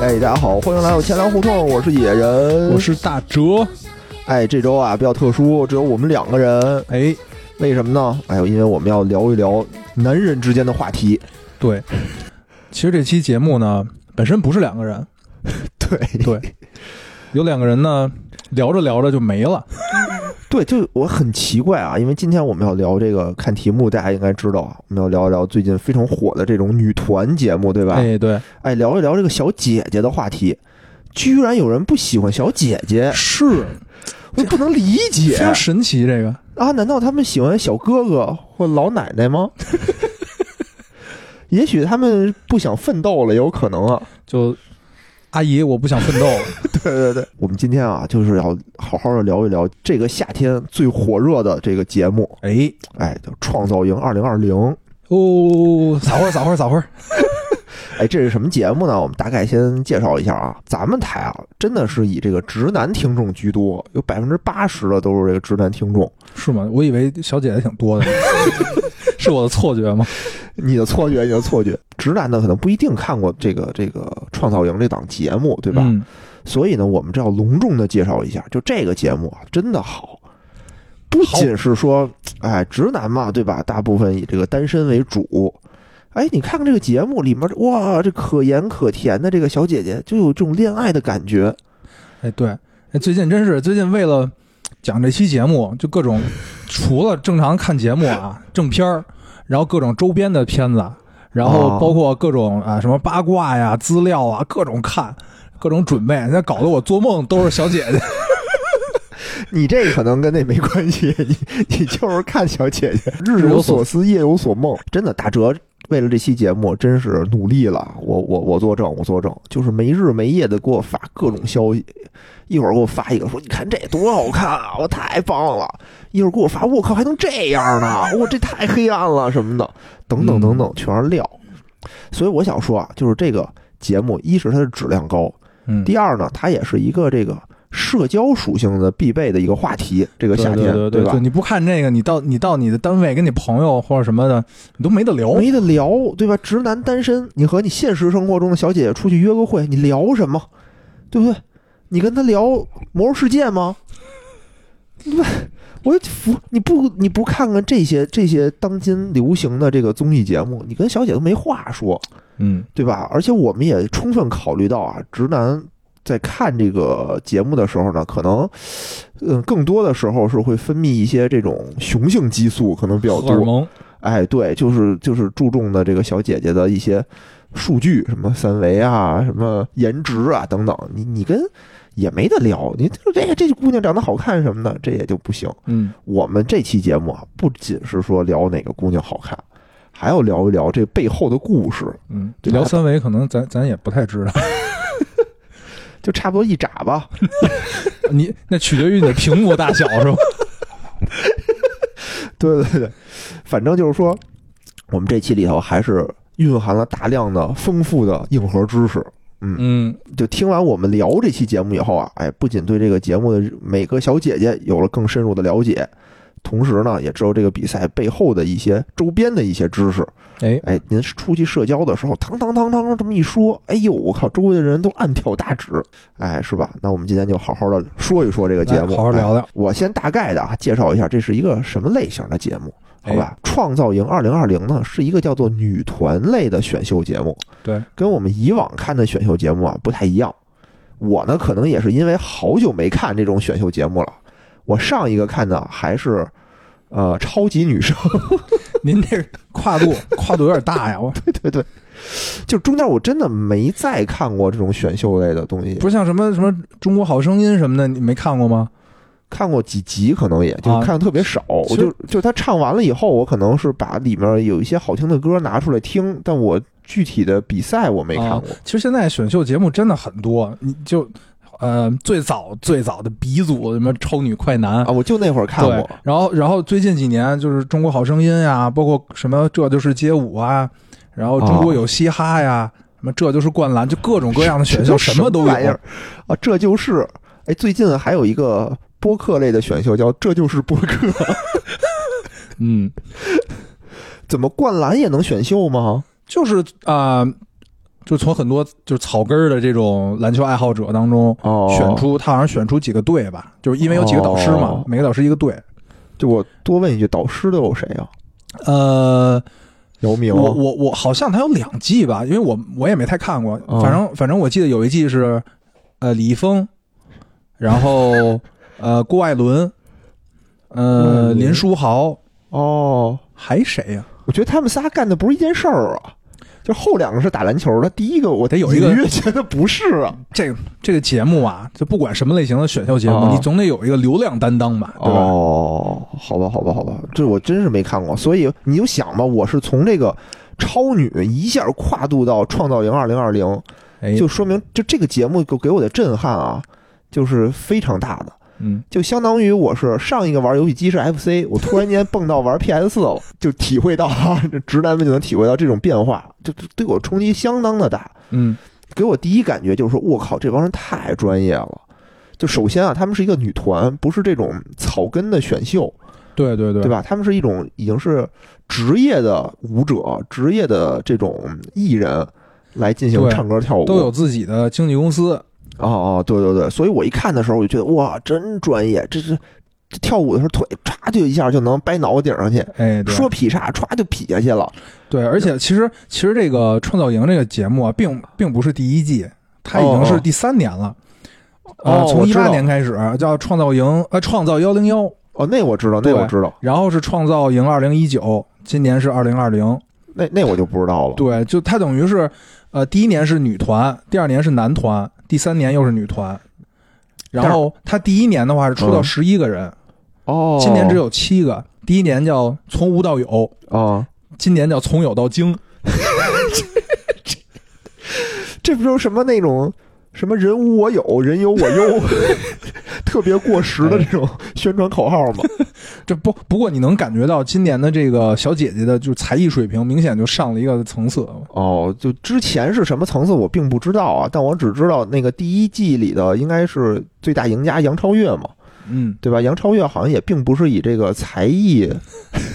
哎家好，欢迎来到钱粮胡同，我是野人，我是大哲，哎，这周啊比较特殊，只有我们两个人，哎，为什么呢？哎呦，因为我们要聊一聊男人之间的话题。对，其实这期节目呢，本身不是两个人，对 对，有两个人呢，聊着聊着就没了，对，就我很奇怪啊，因为今天我们要聊这个，看题目大家应该知道啊，我们要聊一聊最近非常火的这种女团节目，对吧？哎，对，哎，聊一聊这个小姐姐的话题，居然有人不喜欢小姐姐，是我不能理非解常神奇这个，啊！难道他们喜欢小哥哥或老奶奶吗？ 也许他们不想奋斗了，也有可能啊。就阿姨，我不想奋斗了， 对对对，我们今天啊，就是要好好的聊一聊这个夏天最火热的这个节目，哎，哎，叫《创造营二零二零》。哦，撒会儿，撒会儿，撒会儿，哎，这是什么节目呢？我们大概先介绍一下啊。咱们台啊，真的是以这个直男听众居多，有百分之八十的都是这个直男听众。是吗？我以为小姐姐挺多的， 是我的错觉吗？你的错觉，你的错觉，直男呢可能不一定看过这个这个《创造营》这档节目，对吧？嗯所以呢，我们这要隆重的介绍一下，就这个节目啊，真的好。不仅是说，哎，直男嘛，对吧？大部分以这个单身为主。哎，你看看这个节目里面，哇，这可盐可甜的这个小姐姐，就有这种恋爱的感觉。哎，对，哎，最近真是最近为了讲这期节目，就各种除了正常看节目啊，正片儿，然后各种周边的片子，然后哦包括各种啊什么八卦呀、资料啊，各种看。各种准备，那搞得我做梦都是小姐 姐。你这可能跟那没关系，你你就是看小姐姐，日有所思，夜有所梦。真的，大哲为了这期节目真是努力了，我我我作证，我作证，就是没日没夜的给我发各种消息，一会儿给我发一个说你看这多好看啊，我太棒了，一会儿给我发我靠还能这样呢，我这太黑暗了什么的，等等等等，全是料。所以我想说啊，就是这个节目，一是它的质量高，嗯，第二呢，它也是一个这个社交属性的必备的一个话题。这个对夏对天，对对吧？你不看这个，你到你到你的单位跟你朋友或者什么的，你都没得聊。没得聊，对吧？直男单身，你和你现实生活中的小姐姐出去约个会，你聊什么？对不对？你跟她聊《魔兽世界》吗？对不对，我 就服你不你不看看这些这些当今流行的这个综艺节目，你跟小姐都没话说。嗯，对吧？而且我们也充分考虑到啊，直男在看这个节目的时候呢，可能，嗯，更多的时候是会分泌一些这种雄性激素，可能比较荷尔多。蒙，哎，对，就是就是注重的这个小姐姐的一些数据，什么三围啊，什么颜值啊等等。你你跟也没得聊，你就哎这这姑娘长得好看什么的，这也就不行。嗯，我们这期节目啊，不仅是说聊哪个姑娘好看，还要聊一聊这背后的故事。嗯，对吧聊三维可能咱咱也不太知道， 就差不多一眨吧。你那取决于你的屏幕大小是吧？ 对对对，反正就是说，我们这期里头还是蕴含了大量的丰富的硬核知识。嗯，就听完我们聊这期节目以后啊，哎，不仅对这个节目的每个小姐姐有了更深入的了解，同时呢，也知道这个比赛背后的一些周边的一些知识。哎，哎，您出去社交的时候，堂堂堂堂这么一说，哎呦，我靠，周围的人都暗跳大指，哎，是吧？那我们今天就好好的说一说这个节目，来好好哎 聊聊。我先大概的啊介绍一下，这是一个什么类型的节目，好吧？创造营二零二零呢是一个叫做女团类的选秀节目，对，跟我们以往看的选秀节目啊不太一样。我呢可能也是因为好久没看这种选秀节目了，我上一个看的还是呃超级女声，您这个跨度跨度有点大呀，我 对对对，就中间我真的没再看过这种选秀类的东西，不是像什么什么中国好声音什么的，你没看过吗？看过几集，可能也就啊是看的特别少。我其就实就他唱完了以后，我可能是把里面有一些好听的歌拿出来听，但我具体的比赛我没看过。其实现在选秀节目真的很多，你就呃最早最早的鼻祖什么超女快男啊，。我就那会儿看对过，然后然后最近几年就是中国好声音呀，包括什么这就是街舞啊，然后中国有嘻哈呀，什么这就是灌篮，就各种各样的选秀哦这什么都玩意有儿。啊，这就是。哎，最近还有一个播客类的选秀叫《这就是播客》， 嗯，怎么灌篮也能选秀吗？就是啊、呃就从很多就是草根儿的这种篮球爱好者当中哦，选出，他好像选出几个队吧，就是因为有几个导师嘛哦，每个导师一个队。就我多问一句，导师都有谁啊？呃，姚明，我我我好像他有两季吧，因为我我也没太看过，哦反正反正我记得有一季是呃李易峰，然 后呃郭艾伦，郭艾呃伦林书豪，哦，还谁呀、我觉得他们仨干的不是一件事儿啊。就后两个是打篮球的，第一个我得有一个隐约觉得不是啊，这个这个节目啊，就不管什么类型的选秀节目，哦你总得有一个流量担当吧，对吧？哦，好吧，好吧，好吧，这我真是没看过，所以你就想吧，我是从这个超女一下跨度到创造营二零二零，哎，就说明就这个节目给给我的震撼啊，就是非常大的。嗯，就相当于我是上一个玩游戏机是 FC，我突然 间蹦到玩 PS 四了，就体会到啊，这 直男们就能体会到这种变化，这这对我冲击相当的大。嗯，给我第一感觉就是说，我靠，这帮人太专业了。就首先啊，他们是一个女团，不是这种草根的选秀，对对对，对吧？他们是一种已经是职业的舞者、职业的这种艺人来进行对唱歌跳舞，都有自己的经纪公司，哦哦，对对对，所以我一看的时候，我就觉得哇，真专业！这是这跳舞的时候腿歘就一下就能掰脑袋顶上去，哎，对说劈叉歘就劈下去了。对，而且其实其实这个创造营这个节目啊，并并不是第一季，它已经哦是哦第三年了。哦呃，从我一知道八年开始叫创造营，呃，创造幺零幺，哦，那我知道，对那我知道，然后是创造营二零一九，今年是二零二零。那那我就不知道了。对，就它等于是，呃，第一年是女团，第二年是男团，第三年又是女团。然后它第一年的话是出道嗯十一个人，哦，今年只有七个。第一年叫从无到有，哦，今年叫从有到精。这不就是什么那种什么人无我有，人有我优， 特别过时的这种宣传口号嘛？这不不过你能感觉到今年的这个小姐姐的就才艺水平明显就上了一个层次。 哦，就之前是什么层次我并不知道啊，但我只知道那个第一季里的应该是最大赢家杨超越嘛。嗯，对吧？杨超越好像也并不是以这个才艺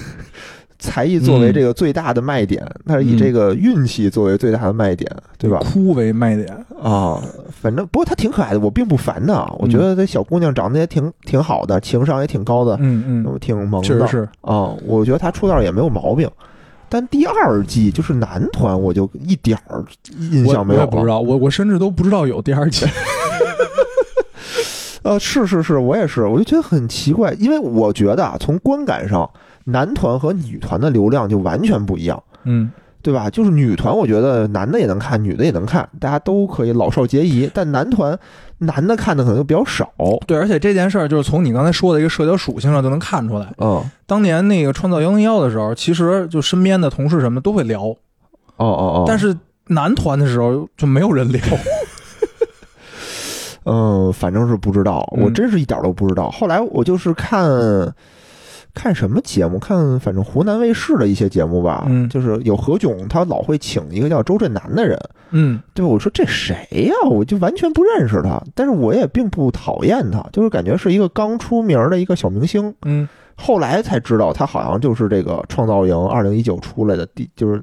才艺作为这个最大的卖点，嗯它是以这个运气作为最大的卖点，对吧？哭为卖点。啊，反正不过她挺可爱的，我并不烦她啊。我觉得这小姑娘长得也挺挺好的，情商也挺高的，嗯嗯，挺萌确的实是。啊。我觉得她出道也没有毛病。但第二季就是男团，我就一点儿印我象没我有啊也不知了。道，我我甚至都不知道有第二季。 呃，是是是，我也是，我就觉得很奇怪，因为我觉得啊，从观感上，男团和女团的流量就完全不一样，嗯，对吧？就是女团，我觉得男的也能看，女的也能看，大家都可以老少皆宜。但男团，男的看的可能就比较少。对，而且这件事儿就是从你刚才说的一个社交属性上就能看出来。嗯，当年那个创造幺零幺的时候，其实就身边的同事什么都会聊，哦哦哦。但，是男团的时候就没有人 聊。嗯，反正是不知道，嗯我真是一点儿都不知道。后来我就是看。看什么节目？看反正湖南卫视的一些节目吧，嗯就是有何炅，他老会请一个叫周震南的人，嗯对吧？我说这谁呀、我就完全不认识他，但是我也并不讨厌他，就是感觉是一个刚出名儿的一个小明星。嗯，后来才知道他好像就是这个创造营二零一九出来的第，就是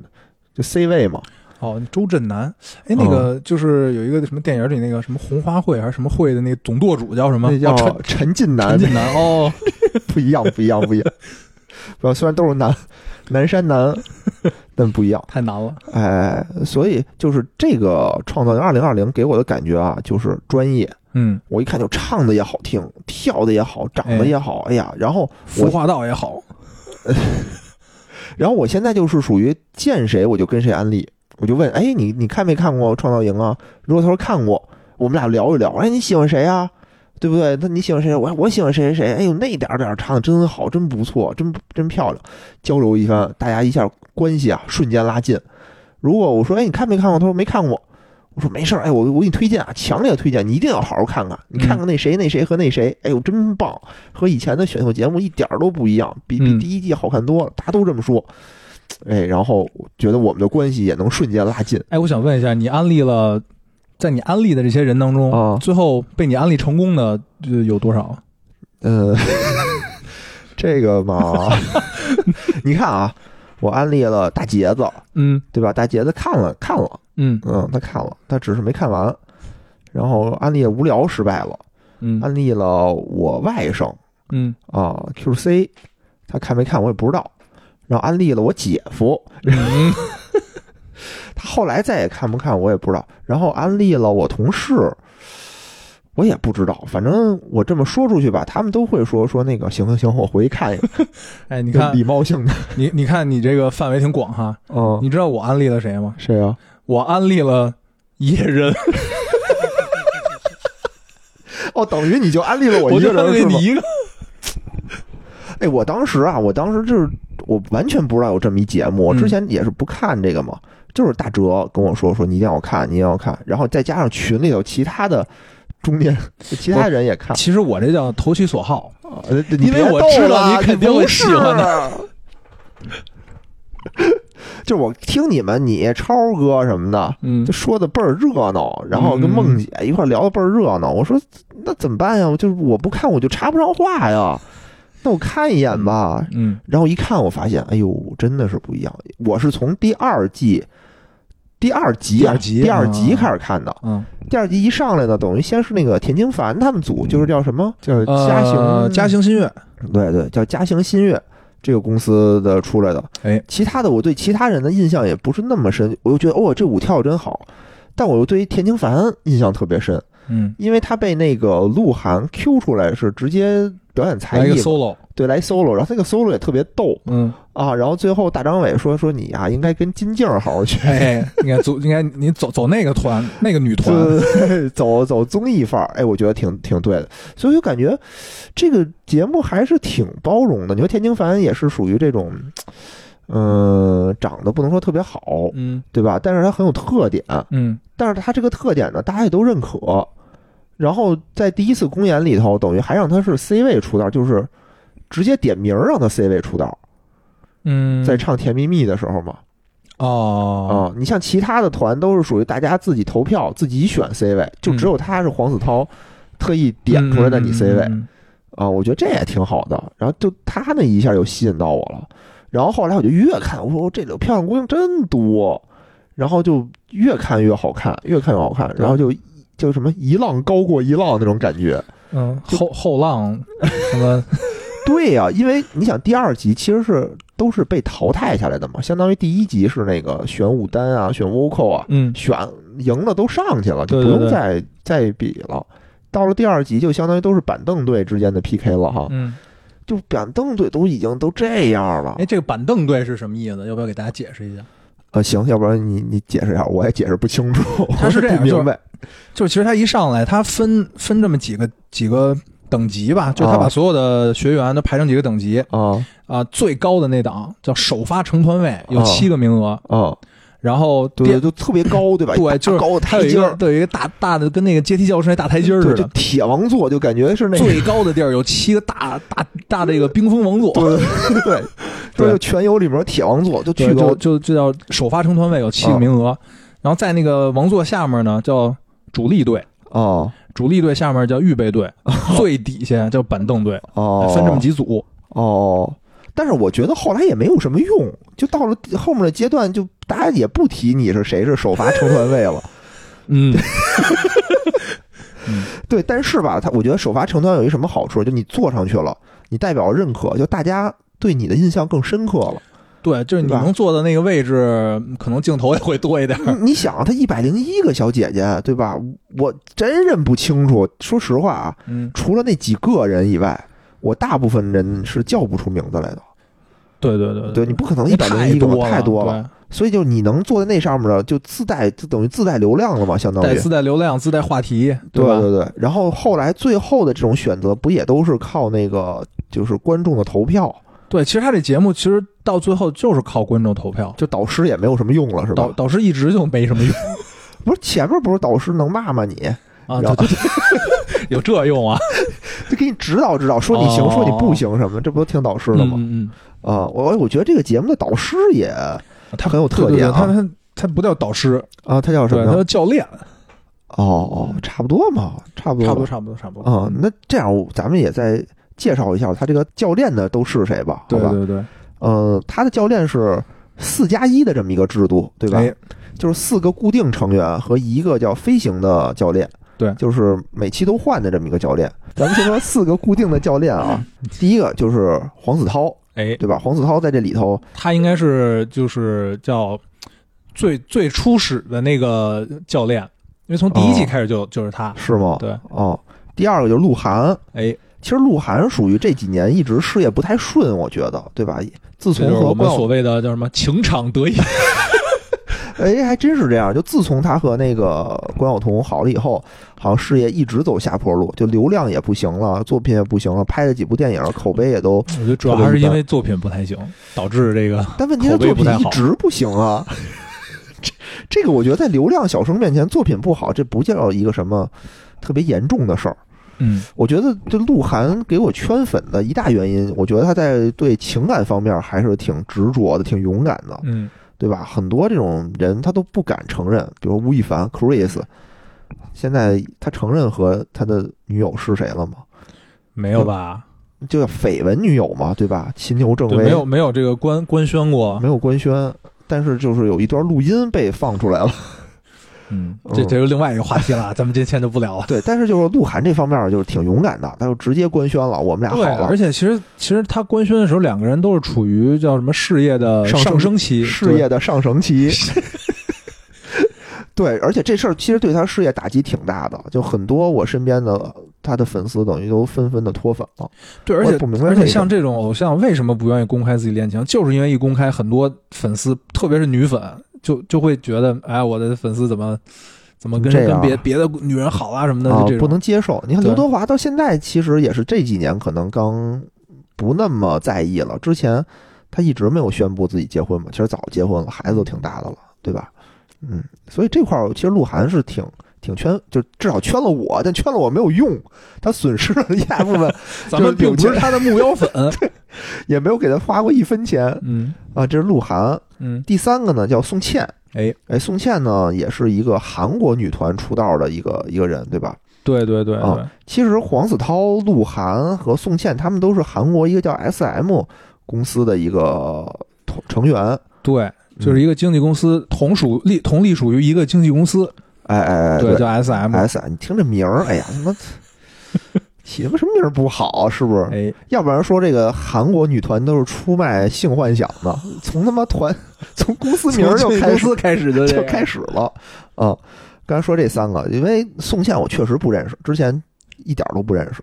就 C 位嘛。哦，周震南，哎，那个嗯就是有一个什么电影里那个什么红花会还是什么会的那个总舵主叫什么？那叫哦陈陈近南陈，近南 哦，不一样，不一样，不一样。不，虽然都是南南山南，但不一样。太难了。哎，所以就是这个创造营二零二零给我的感觉啊，就是专业。嗯，我一看就唱的也好听，跳的也好，长得也好，哎呀，然后服化道也好，然后我现在就是属于见谁我就跟谁安利，我就问，哎，你你看没看过《创造营》啊？如果他说看过，我们俩聊一聊，哎，你喜欢谁啊？对不对？那你喜欢谁？我我喜欢谁谁谁？哎呦，那点儿点儿唱的真好，真不错，真真漂亮。交流一番，大家一下关系啊瞬间拉近。如果我说，哎，你看没看过？他说没看过。我说没事儿，哎，我我给你推荐啊，强烈推荐，你一定要好好看看。你看看那谁那谁和那谁，哎呦，真棒，和以前的选秀节目一点儿都不一样，比比嗯第一季好看多了。大家都这么说，哎，然后我觉得我们的关系也能瞬间拉近。哎，我想问一下，你安利了，在你安利的这些人当中，啊最后被你安利成功的呃有多少？呃， 这个嘛， 你看啊，我安利了大杰子，嗯对吧？大杰子看了看了，嗯嗯，他看了，他只是没看完。然后安利无聊失败了，嗯安利了我外甥 嗯，啊 QC，他看没看我也不知道。然后安利了我姐夫，嗯他后来再也看不看我也不知道。然后安利了我同事，我也不知道。反正我这么说出去吧，他们都会说说那个行行行，我回去看一 看。哎，你看礼貌性的，你你看你这个范围挺广哈，嗯，你知道我安利了谁吗？谁啊？我安利了野人，哦，等于你就安利了我一我就个安人利是你吗？一个，哎，我当时啊，我当时就是我完全不知道有这么一节目，我之前也是不看这个嘛。就是大哲跟我说说你一定要看，你一定要看，然后再加上群里有其他的中年其他人也看，其实我这叫投其所好，呃你因为别我逗知道了你你肯定不会喜是欢 就我听你们，你超哥什么的，嗯就说的倍儿热闹，然后跟梦姐一块儿聊的倍儿热闹。我说那怎么办呀？我就是我不看我就插不上话呀。那我看一眼吧。嗯然后一看，我发现，哎呦，真的是不一样。我是从第二季第二集啊第二集第二集啊开始看的。嗯，第二集一上来呢，等于先是那个田金凡他们组，就是叫什么叫嘉呃行嘉行新月，对对，叫嘉行新月这个公司的出来的。哎，其他的我对其他人的印象也不是那么深，我就觉得哦，这舞跳真好。但我又对于田青凡印象特别深，嗯，因为他被那个鹿晗 Q 出来是直接表演才来一个艺嘛， solo，对，来 solo，然后他那个 solo 也特别逗嗯，啊。然后最后大张伟说说你啊，应该跟金靖好好学，哎，应该走，应该你走走那个团，那个女团，对 走走综艺范儿，哎，我觉得挺挺对的，所以我就感觉这个节目还是挺包容的。你说田青凡也是属于这种，嗯、长得不能说特别好，嗯对吧？但是它很有特点，嗯但是它这个特点呢，大家也都认可。然后在第一次公演里头，等于还让他是 C 位出道，就是直接点名儿让他 C 位出道，嗯，在唱《甜蜜蜜》的时候嘛。啊、哦你像其他的团都是属于大家自己投票、自己选 C 位，就只有他是黄子韬特意点出来的你 C 位。嗯嗯啊，我觉得这也挺好的。然后就他那一下就吸引到我了，然后后来我就越看，我说哦这里有漂亮姑娘真多，然后就越看越好看，越看越好看，然后就就什么一浪高过一浪那种感觉。嗯，后后浪什么，对呀、因为你想第二集其实是都是被淘汰下来的嘛，相当于第一集是那个选舞担啊，选 vocal 啊， 嗯选赢的都上去了，就不对对用对再再比了。到了第二集就相当于都是板凳队之间的 PK 了哈。嗯，就板凳队都已经都这样了哎，。这个板凳队是什么意思？要不要给大家解释一下？呃，行，要不然你你解释一下，我也解释不清楚，他我是也这样不明白。就是其实他一上来，他分分这么几个几个等级吧，就是他把啊所有的学员都排成几个等级啊啊、最高的那档叫首发成团位，有啊七个名额，啊，然后对第对，就特别高，对吧？ 对就是高的台它有一阶个儿，对有一个大大的跟那个阶梯教室那大台阶儿似对，就的，铁王座，就感觉是那个 最高的地儿有七个大大大这个冰封王座， 对对 对，对就是全游里面铁王座，就对，巨就高就就叫首发成团位有七个啊名额，然后在那个王座下面呢叫主力队，哦主力队下面叫预备队，最底下叫板凳队，哦，分这么几组。哦。但是我觉得后来也没有什么用，就到了后面的阶段，就大家也不提你是谁是首发成团位 了。嗯，对，但是吧，他我觉得首发成团有一什么好处，就你坐上去了，你代表认可，就大家对你的印象更深刻了。对，就是你对吧嗯能坐的那个位置，可能镜头也会多一点。你你想，她一百零一个小姐姐，对吧？我真认不清楚。说实话啊，嗯，除了那几个人以外，我大部分人是叫不出名字来的。对对对对你不可能一那百太零一个多呃嘛，太多了。了，所以就你能坐在那上面的，就自带，就等于自带流量了嘛，相当对带于。自带流量，自带话题，对吧？对对。然后后来最后的这种选择，不也都是靠那个就是观众的投票？对，其实他这节目其实到最后就是靠观众投票，就导师也没有什么用了，是吧导？导师一直就没什 么用不是前面不是导师能骂骂你， 啊，然后对对对有这用啊？就给你指导指导，说你行，哦说你不行什么的，这不都听导师的吗？嗯，嗯啊，我我觉得这个节目的导师也嗯他很有特对对点对他啊他他不叫导师，啊，他叫什对，么呀？他叫教练，哦哦，差不多嘛，差不多，差不多，差不多，差不多。啊。那这样我咱们也再介绍一下他这个教练的都是谁吧？好对吧，对对，呃，他的教练是四加一的这么一个制度，对吧？哎就是四个固定成员和一个叫飞行的教练。对就是每期都换的这么一个教练。咱们先说四个固定的教练 啊，第一个就是黄子韬，哎，对吧？黄子韬在这里头，他应该是就是叫最最初始的那个教练，因为从第一季哦开始就、就是他。是吗？对，哦，第二个就是鹿晗。哎，其实鹿晗属于这几年一直事业不太顺，我觉得，对吧？自这从就是和我们关所谓的叫什么情场得 意。哎，还真是这样。就自从他和那个关晓彤好了以后，好像事业一直走下坡路，就流量也不行了，作品也不行了，拍了几部电影，口碑也都……我觉得主要还是因为作品不太行，导致这个 但问题是口碑作不品太好一直不行啊。 这这个我觉得在流量小生面前，作品不好，这不叫一个什么特别严重的事儿。嗯我觉得这鹿晗给我圈粉的一大原因，我觉得他在对情感方面还是挺执着的，挺勇敢的。嗯，对吧？很多这种人他都不敢承认，比如吴亦凡、Chris，现在他承认和他的女友是谁了吗？没有吧？就叫绯闻女友嘛，对吧？秦牛正对，威没有没有这个官官宣过。没有官宣，但是就是有一段录音被放出来 了。嗯，这这是另外一个话题了， 咱们今天就不聊了。对，但是就是鹿晗这方面就是挺勇敢的，他就直接官宣了，我们俩好对，而了，且其实其实他官宣的时候，两个人都是处于叫什么事业的上升上升期，事业的上升 期。对，而且这事儿其实对他事业打击挺大的，就很多我身边的他的粉丝等于都纷纷的脱粉了。对，而我也且不明白而且为什像么这种偶像为什么不愿意公开自己恋情，就是因为一公开，很多粉丝，特别是女粉，就就会觉得，哎，我的粉丝怎么怎么跟这样跟别别的女人好啊什么的，啊就这，不种。能接受。你看对刘德华到现在其实也是这几年可能刚不那么在意了，之前他一直没有宣布自己结婚嘛，其实早结婚了，孩子都挺大的了，对吧？嗯，所以这块儿其实鹿晗是挺挺圈，就至少圈了我，但圈了我没有用，他损失了一大部分，咱们并不是他的目标粉。 也没有给他花过一分钱嗯啊。这是鹿晗。嗯，第三个呢叫宋茜，哎，哎，宋茜呢也是一个韩国女团出道的一个一个人，对吧？对对对对啊，其实黄子韬、鹿晗和宋茜他们都是韩国一个叫 S.M 公司的一个同成员。对，嗯就是一个经纪公司，同属隶同隶属于一个经纪公司，哎哎哎，对，对叫 S M。 S，你听这名儿，哎呀，他妈起他妈什么名儿不好，是不是？哎，要不然说这个韩国女团都是出卖性幻想的，从他妈团从公司名儿就从经纪开公始司开始就就始。开始了啊。刚才说这三个，因为宋茜我确实不认识，之前一点儿都不认识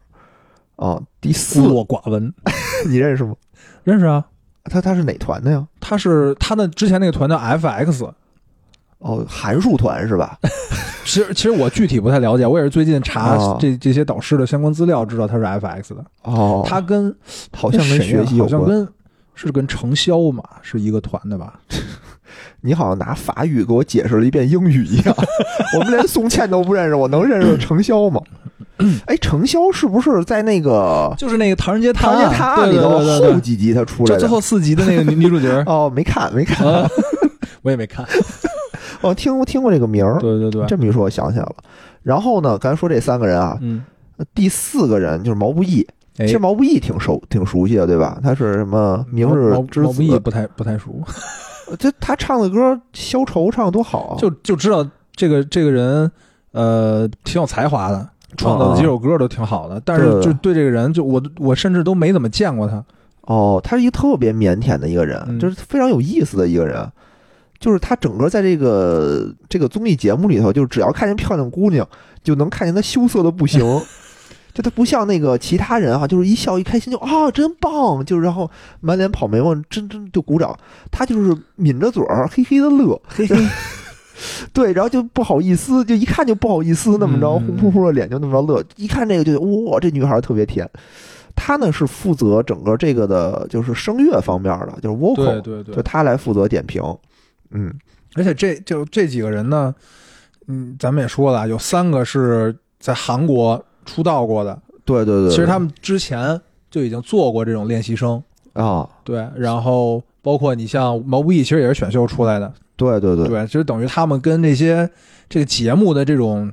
啊。第孤四，陋寡闻，你认识吗？认识啊？他他是哪团的呀？他是他的之前那个团叫 F X，哦，函数团是 吧？其实其实我具体不太了解，我也是最近查哦这、这些导师的相关资料，知道他是 F X 的。哦，他跟好像跟谁呀学习有好像关。跟是跟程潇嘛是一个团的吧？你好像拿法语给我解释了一遍英语一 样。我们连宋茜都不认识，我能认识程潇 吗？哎，程潇是不是在那个就是那个《唐人街《唐人案街》探案》对里对头对对后对，几集他出来就最的？。后四集的那个女女主角 哦，没看没看，啊，我也没 看。哦，听过听过这个名儿。对对对，这么一说，我想起来了。然后呢，刚才说这三个人啊，嗯，第四个人就是毛不易。哎其实毛不易挺熟挺熟悉的，对吧？他是什么明日毛之毛不易子？不太不太熟，这他唱的歌消愁唱的多好啊！就就知道这个这个人，呃，挺有才华的，创造的几首歌都挺好的，但是哦对就对这个人，就我我甚至都没怎么见过他。哦，他是一个特别腼腆的一个人，嗯就是非常有意思的一个人。就是他整个在这个这个综艺节目里头，就是只要看见漂亮姑娘，就能看见她羞涩的不行。就他不像那个其他人啊，就是一笑一开心就啊、真棒，就是然后满脸跑眉毛，真真就鼓掌。他就是抿着嘴儿嘿嘿的乐，嘿嘿，对，然后就不好意思，就一看就不好意思那么着，嗯红扑扑的脸就那么着乐，一看这个就觉得哇，这女孩特别甜。她呢是负责整个这个的，就是声乐方面的，就是 vocal，对对对就，她来负责点评。嗯，而且这就这几个人呢，嗯，咱们也说了，有三个是在韩国出道过的，对对对，其实他们们之前就已经做过这种练习生，啊，对，然后包括你像毛不易，其实也是选秀出来的，对对对，对，其实等于他们跟这些这个节目的这种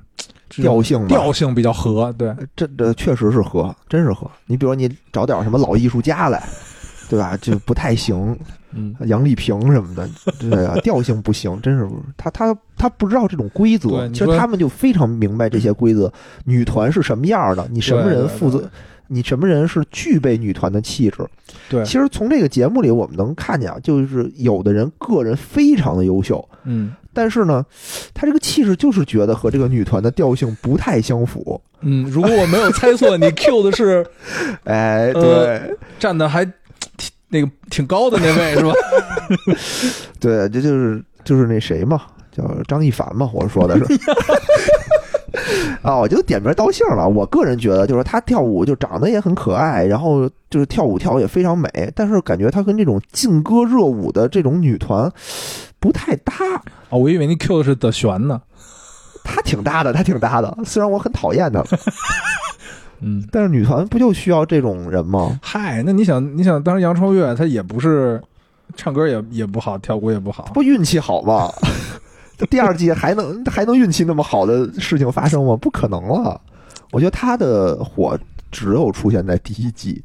这调种性吧呃调性比较合，对，这这确实是合，真是合。你比如你找点什么老艺术家来，对吧？就不太行，嗯，杨丽萍什么 的，对啊，调性不行，真是他他他不知道这种规则。对你其说实他们就非常明白这些规则，女团是什么样的，你什么对对人对负责，你什么人是具备女团的气质。对其实从这个节目里我们能看见啊，就是有的人个人非常的优秀，嗯但是呢，他这个气质就是觉得和这个女团的调性不太相符。嗯，如果我没有猜错，你 Q 的是 哎，对、呃站的还挺那个挺高的那位 是吧？对，这就是就是那谁嘛，叫张一凡嘛，我说的是。 啊，我就点名道姓了。我个人觉得，就是她跳舞就长得也很可爱，然后就是跳舞跳得也非常美，但是感觉她跟这种劲歌热舞的这种女团不太搭。哦，我以为你 Q 的是的玄呢，她挺搭的，她挺搭的，虽然我很讨厌她，嗯，但是女团不就需要这种人吗？嗨，那你想，你想，当时杨超越她也不是唱歌也也不好，跳舞也不好，不运气好吗？ 第二季还能还能运气那么好的事情发生吗？不可能了。我觉得她的火只有出现在第一季，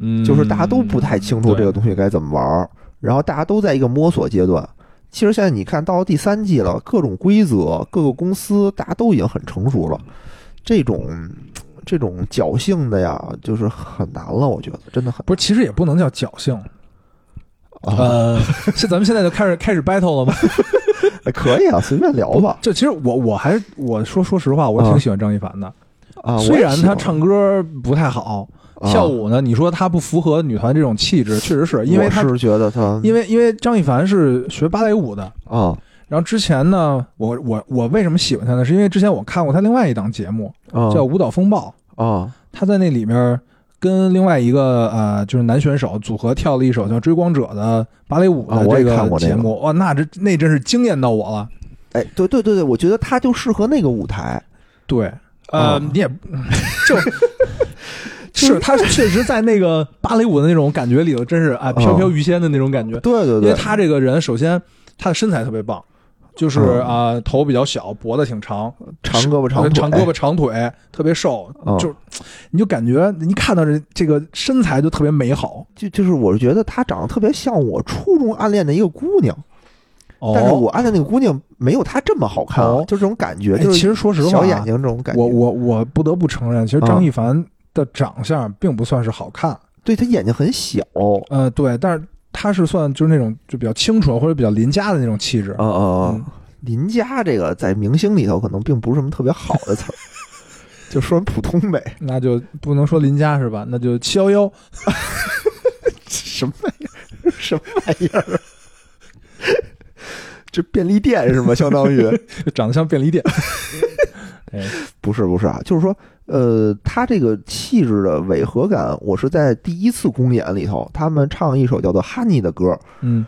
嗯就是大家都不太清嗯楚这个东西该怎么玩儿，然后大家都在一个摸索阶段。其实现在你看到第三季了，各种规则，各个公司大家都已经很成熟了，这种这种侥幸的呀，就是很难了。我觉得真的很不是，其实也不能叫侥幸。哦啊，呃，是咱们现在就开始开始 battle 了吗？可以啊，随便聊吧就其实我我还我说说实话，我挺喜欢张一凡的，啊。虽然他他唱歌不太好，啊跳舞呢，你说他不符合女团这种气质，确实是因为我他是觉得他因为因为张一凡是学芭蕾舞的。啊然后之前呢，我我我为什么喜欢他呢？是因为之前我看过他另外一档节目啊叫《舞蹈风暴》，啊他在那里面跟另外一个呃，就是男选手组合跳了一首叫《追光者》的芭蕾舞啊的我这也看过那节个目，哇，那这那真是惊艳到我了。哎，对对对对，我觉得他就适合那个舞台。对，呃，啊你 也就。是 他确实在那个芭蕾舞的那种感觉里头，真是啊，飘飘欲仙的那种感觉。哦对对因为对，他这个人，首先他的身材特别棒，就是嗯啊、头比较小，脖子挺长，呃长胳膊长腿长胳膊长腿，特别瘦，嗯就你就感觉你看到这这个身材就特别美好。就就是我是觉得她长得特别像我初中暗恋的一个姑娘，但是哦我暗恋那个姑娘没有她这么好看啊，哦就这种感觉，哎就其是实说实话小啊，眼睛这种感觉。我我我不得不承认，其实张嗯一凡的长相并不算是好看，对她眼睛很小，哦呃，对，但是他是算就是那种就比较清纯或者比较邻家的那种气质。嗯嗯嗯嗯，邻家这个在明星里头可能并不是什么特别好的词儿， 就说人普通呗，那就不能说邻家是吧？那就七幺幺，什么玩意儿，什么玩意儿。这便利店是吗？相当于就长得像便利店。哎，不是不是啊，就是说，呃，他这个气质的违和感，我是在第一次公演里头，他们唱一首叫做《哈尼》的歌，嗯，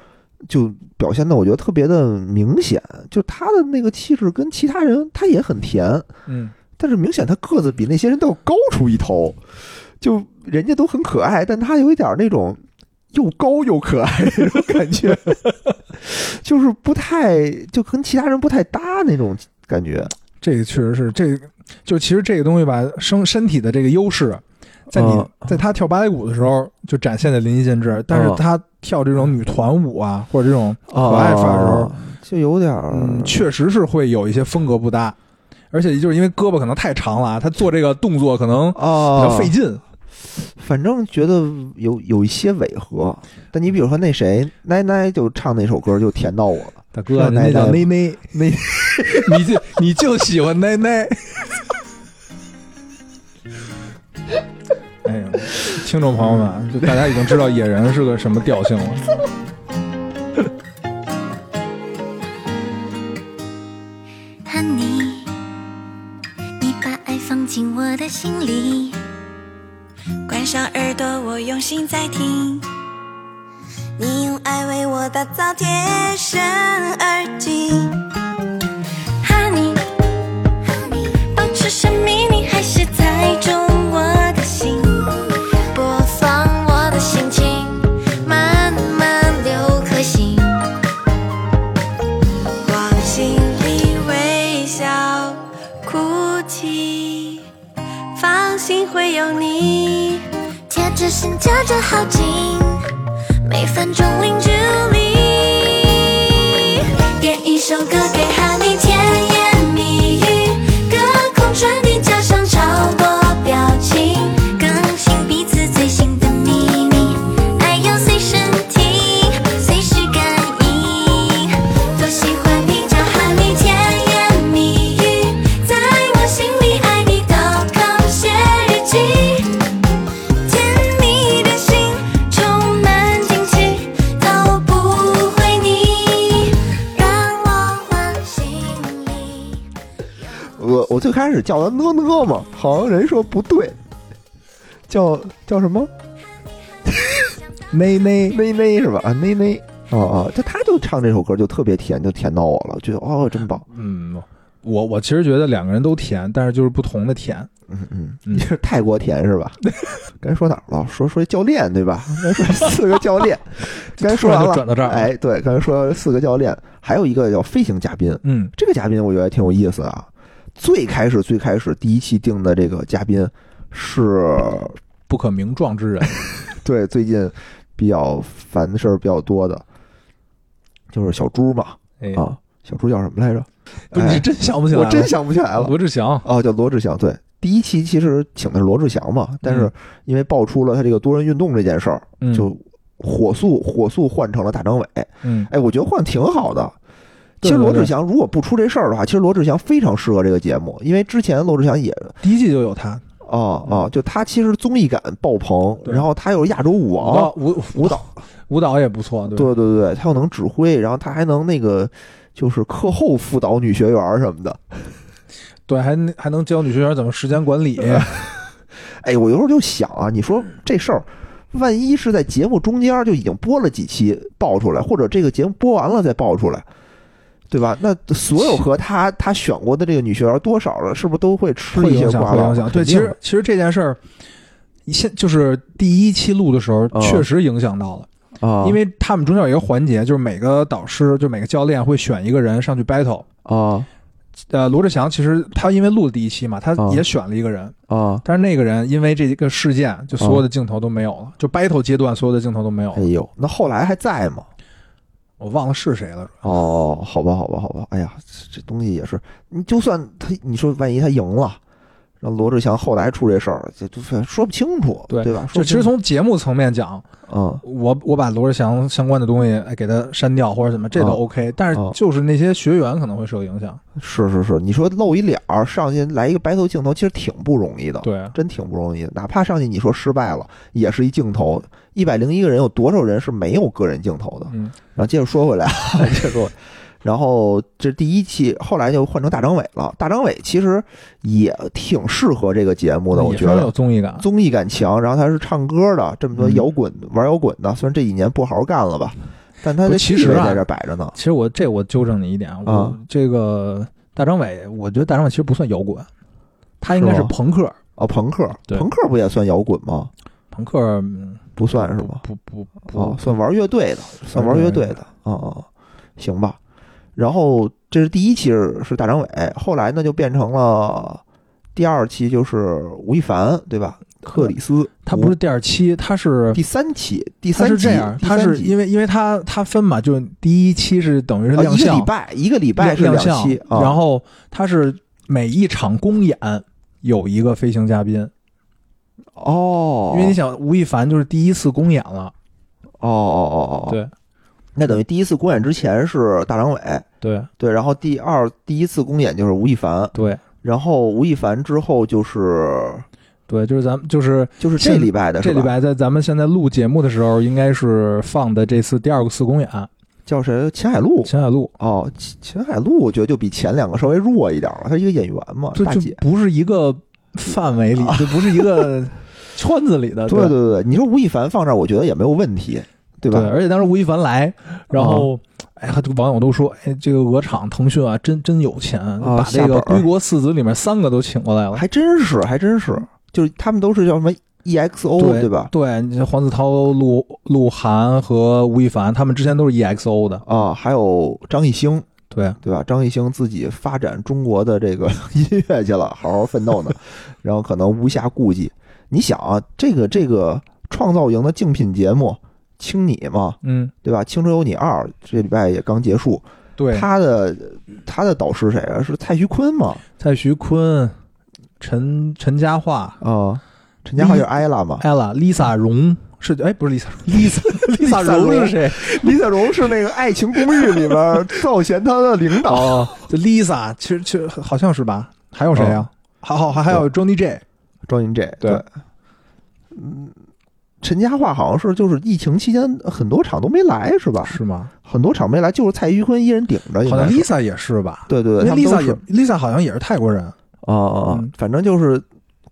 就表现的我觉得特别的明显，就他的那个气质跟其他人他也很甜，嗯，但是明显他个子比那些人都要高出一头，就人家都很可爱，但他有一点那种又高又可爱的那种感觉， 就是不太就跟其他人不太搭那种感觉。这个确实是这个，就其实这个东西吧，身身体的这个优势，在你、嗯在他跳芭蕾舞的时候就展现的淋漓尽致，但是嗯他跳这种女团舞啊，或者这种可爱范儿的时候就有点儿嗯，确实是会有一些风格不搭，而且就是因为胳膊可能太长了啊，他做这个动作可能比较啊，费劲。反正觉得有有一些违和。但你比如说那谁奶奶就唱那首歌就甜到我了。是大哥，吧你那奶叫奶奶奶， 奶你就你就喜欢奶奶。 哎呀，听众朋友们，就大家已经知道野人是个什么调性了。 Honey，你把爱放进我的心里，关上耳朵，我用心在听。你用爱为我打造贴身耳机。Honey，保持神秘，你还是猜中我的心，播放我的心情，慢慢六颗星。往心里微笑，哭泣，放心会有你。贴着心，贴着好近，饭中零距离。点一首歌给哈尼，甜言蜜语，隔空传递，加上超多表情，更新彼此最新的秘密。爱要随身听，随时感应。多喜欢你叫哈尼，甜言蜜语，在我心里，爱你到空写日记。甜蜜的心充满惊喜，都不会腻，让我往心里。我我最开始叫他呢呢嘛，好像人说不对，叫叫什么妹妹，呢呢是吧？啊呢呢，哦哦，就他就唱这首歌就特别甜，就甜到我了，觉得哦真棒，嗯，我我其实觉得两个人都甜，但是就是不同的甜。嗯 嗯，嗯你是泰国甜是吧？刚才说哪儿了？说说教练对吧？刚才说四个教练，刚才说完 突然了，就转到这儿了哎，对，刚才说四个教练，还有一个叫飞行嘉宾，嗯这个嘉宾我觉得挺有意思啊。最开始最开始第一期定的这个嘉宾是，不可名状之人，对最近比较烦的事儿比较多的，就是小猪嘛哎，啊，小猪叫什么来着？不是哎你真想不起来我了，真想不起来了。罗志祥，哦，叫罗志祥。对，第一期其实请的是罗志祥嘛，但是嗯因为爆出了他这个多人运动这件事儿，嗯就火速火速换成了大张伟。嗯，哎，我觉得换挺好的。其实对罗对对志祥如果不出这事儿的话，其实罗志祥非常适合这个节目，因为之前罗志祥也第一季就有他，哦哦，就他其实综艺感爆棚，嗯对然后他又是亚洲舞舞王蹈，哦舞舞蹈，舞蹈也不错，对吧对对对，他又能指挥，然后他还能那个就是课后辅导女学员儿什么的。对，还能还能教女学员怎么时间管 理，哎，我有时候就想啊，你嗯说这事儿，万一是在节目中间儿就已经播了几期爆出来，或者这个节目播完了再爆出来，对吧？那所有和他他选过的这个女学员多少了，是不是都会吃会一些影响，瓜会了影？响。肯对，其定实其实这件事儿，现就是第一期录的时候嗯确实影响到了，啊，因为他们中间有一个环节，就是每个导师就每个教练会选一个人上去 battle。啊呃，罗志祥其实他因为录了第一期嘛，他嗯也选了一个人，啊，但是那个人因为这个事件，就所有的镜头都没有了，就 battle 阶段所有的镜头都没有哦哎了。呦，那后来还在吗？我忘了是谁了，哦，好吧，好吧，好吧，哎呀，这这东西也是，你就算他，你说万一他赢了，让罗志祥后来出这事儿，这就说不清楚，对对吧？说就不其实清楚从节目层面讲，嗯我我把罗志祥相关的东西哎给他删掉或者怎么，这都啊 OK，、但是啊就是那些学员可能会受影响。是是是，你说露一脸儿上去来一个白头镜头，其实挺不容易的，对，真挺不容易的。哪怕上去你说失败了，也是一镜头。一百零一个人有多少人是没有个人镜头的？嗯，然后接着说回 来，啊，接着说回来，然后这第一期后来就换成大张伟了。大张伟其实也挺适合这个节目的，我嗯也觉非常有得综艺感。综艺感强。然后他是唱歌的，这么多嗯摇滚、玩摇滚的，虽然这几年不好好干了吧，但他不的其地实位啊在这儿摆着呢。其实我这我纠正你一点，啊，我啊这个大张伟，我觉得大张伟其实不算摇滚，他应该是是吗朋克。啊，朋克，对朋克不也算摇滚吗？朋克嗯不算是吗？不不不啊，算玩乐队的，算玩乐队的啊啊，行吧。然后这是第一期是是大张伟，后来呢就变成了第二期就是吴亦凡对吧？克里斯，他不是第二期，他是吴第三期，第他三是期这样，第他三是集因为因为他他分嘛，就第一期是等于是啊亮一个相礼，拜一个礼拜亮是亮两相期，，啊然后他是每一场公演有一个飞行嘉宾，哦，因为你想吴亦凡就是第一次公演了，哦哦哦哦，哦，对那等于第一次公演之前是大张伟。对对，然后第二第一次公演就是吴亦凡，对然后吴亦凡之后就是对，就是咱们就是就是这现礼拜的是这吧，礼拜在咱们现在录节目的时候，应该是放的这次第二个次公演叫谁？秦海璐，秦海璐，哦，秦秦海璐，我觉得就比前两个稍微弱一点了。她是一个演员嘛，就大就姐。啊不是一个范围里，就不是一个 圈子里的，对对对对对，你说吴亦凡放这儿，我觉得也没有问题，对吧？啊而且当时吴亦凡来，然后。哎呀，这个网友都说，哎，这个鹅厂、腾讯啊，真真有钱，把这啊下本个儿《归国四子》里面三个都请过来了。还真是，还真是，就是他们都是叫什么 EXO 对对吧？对，你像黄子韬、鹿鹿晗和吴亦凡，他们之前都是 EXO 的。啊，还有张艺兴，对，对吧？张艺兴自己发展中国的这个 音乐去了，好好奋斗 呢，然后可能无暇顾及。你想啊，这个这个创造营的竞品节目，青你嘛，嗯，对吧？青春有你二这礼拜也刚结束，对，他的他的导师谁啊？是蔡徐坤嘛？蔡徐坤、陈陈嘉桦、啊，陈嘉桦就是 ella 嘛 ella、Lisa 哎荣是哎不是 Lisa，Lisa Lisa 荣是谁？ 李小龙是那个《爱情公寓》里边赵贤他的领导，哦，就 Lisa，其实其实好像是吧？还有谁哦啊？还好还还有 Johnny J，庄云 J 对嗯，陈嘉桦好像是就是疫情期间很多场都没来是吧？是吗？很多场没来，就是蔡徐坤一人顶着，应好该像是 Lisa 也是吧？对对对，因他为们都 Lisa 是也 Lisa 好像也是泰国人，啊啊啊嗯，反正就是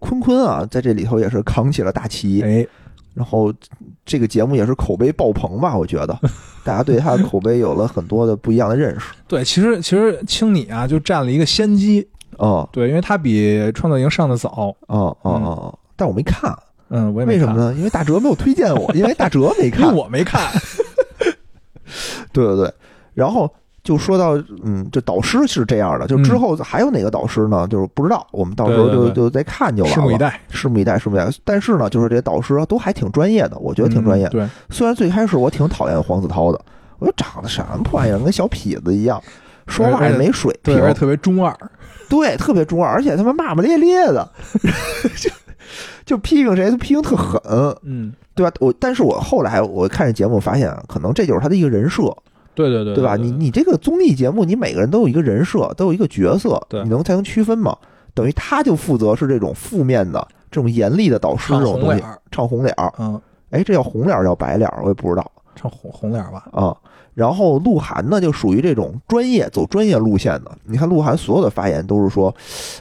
坤坤啊，在这里头也是扛起了大旗，哎，然后这个节目也是口碑爆棚吧，我 觉得大家对他的口碑有了很多的不一样的认识对，其实其实青你啊，就占了一个先机，啊对，因为他比创造营上的早，啊啊啊！但我没看，嗯，我也没为什看么？呢？因为大哲没有推荐 我，因为大哲没因看为，我没看，对对对，然后就说到，嗯，这导师是这样的，就之后还有哪个导师呢？就是不知道，我们到时候嗯对就对对就再看就完了。拭目以，待，拭目以待，拭目以待。但是呢，就是这些导师啊都还挺专业的，我觉得挺专业嗯。对，虽然最开始我挺讨厌黄子韬的，我说长得什么破玩意儿，跟小痞子一样，说话也没水平对，，而且特别中二，对，特别中二，而且他妈骂骂咧咧的， 就就批评谁都批评特狠，嗯，对吧？我但是我后来我看这节目发现，可能这就是他的一个人设，对对对对吧？你你这个综艺节目，你每个人都有一个人设，都有一个角色，对你能才能区分嘛？等于他就负责是这种负面的、这种严厉的导师唱这种红东脸西，儿，唱红脸儿。嗯，哎，这叫红脸儿，叫白脸儿，我也不知道唱红红脸儿吧，啊。然后鹿晗呢，就属于这种专业走专业路线的。你看鹿晗所有的发言都是说：“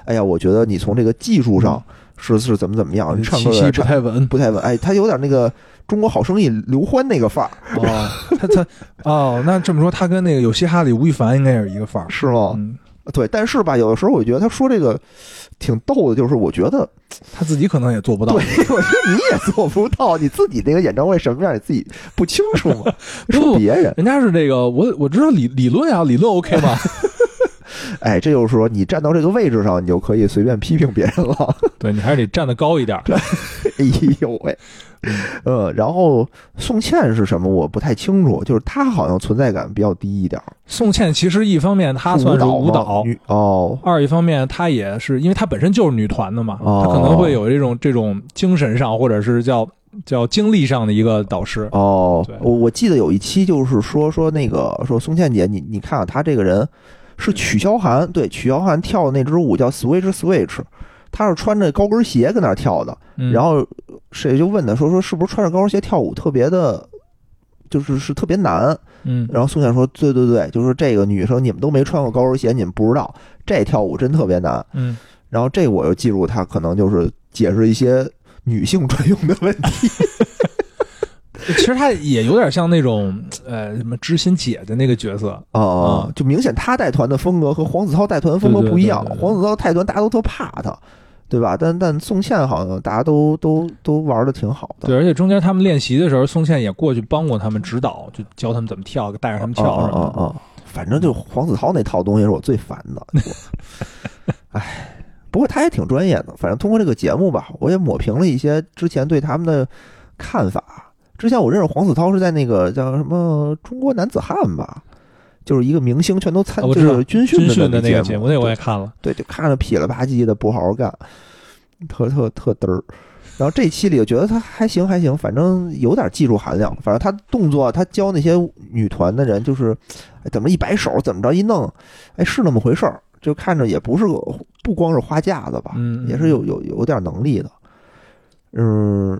哎呀，我觉得你从这个技术上是是怎么怎么样，啊唱歌嗯气息也不唱太稳，不太稳。”哎，他有点那个《中国好声音》刘欢那个范儿，哦，他他哦，那这么说，他跟那个有嘻哈里吴亦凡应该也是一个范儿，是吗？嗯，对，但是吧，有的时候我觉得他说这个挺逗的，就是我觉得，他自己可能也做不到对，， 我觉得你也做不到，你自己那个演唱会什么样，你自己不清楚 吗？说别人，人家是这个，我我知道理理论啊，理论 OK 吗？哎，这就是说你站到这个位置上，你就可以随便批评别人 了。对你还是得站得高一点儿。哎呦喂，嗯呃，然后宋茜是什么我不太清楚，就是她好像存在感比较低一点儿，宋茜其实一方面她是舞算是蹈舞吗蹈，女哦，二一方面，她也是因为她本身就是女团的嘛，哦她可能会有这种这种精神上或者是叫叫经历上的一个导师。哦对，我我记得有一期就是说说那个说宋茜姐，你你看啊，她这个人是曲萧寒，对，曲萧寒跳的那支舞叫 Switch Switch，她是穿着高跟鞋跟那儿跳的，嗯然后谁就问她说说是不是穿着高跟鞋跳舞特别的。就是是特别难，嗯，然后宋茜说：“对对对，就是这个女生，你们都没穿过高跟鞋，你们不知道这跳舞真特别难。嗯，”然后这我又记住她可能就是解释一些女性专用的问题。其实她也有点像那种呃什么知心姐的那个角色，啊、嗯就明显他带团的风格和黄子韬带团风格对对不一样。对对对黄子韬带团大家都特怕他，对吧？但但宋茜好像大家都都都玩的挺好的。对，而且中间他们练习的时候，宋茜也过去帮过他们指导，就教他们怎么跳，带着他们啊跳啊什么啊的。啊！反正就黄子韬那套东西是我最烦 的。我唉，不过他也挺专业的。反正通过这个节目吧，我也抹平了一些之前对他们的看法。之前我认识黄子韬是在那个叫什么《中国男子汉》吧，就是一个明星全都参，啊我就知道是军训军训的那个节节目，那我对也看了。对，就看着痞了吧唧的不好好干，特特特嘚儿。然后这期里，我觉得他还行还行，反正有点技术含量。反正他动作，他教那些女团的人，就是哎怎么一摆手，怎么着一弄，哎，是那么回事儿。就看着也不是个不光是花架子吧，嗯嗯也是有有有点能力的。嗯，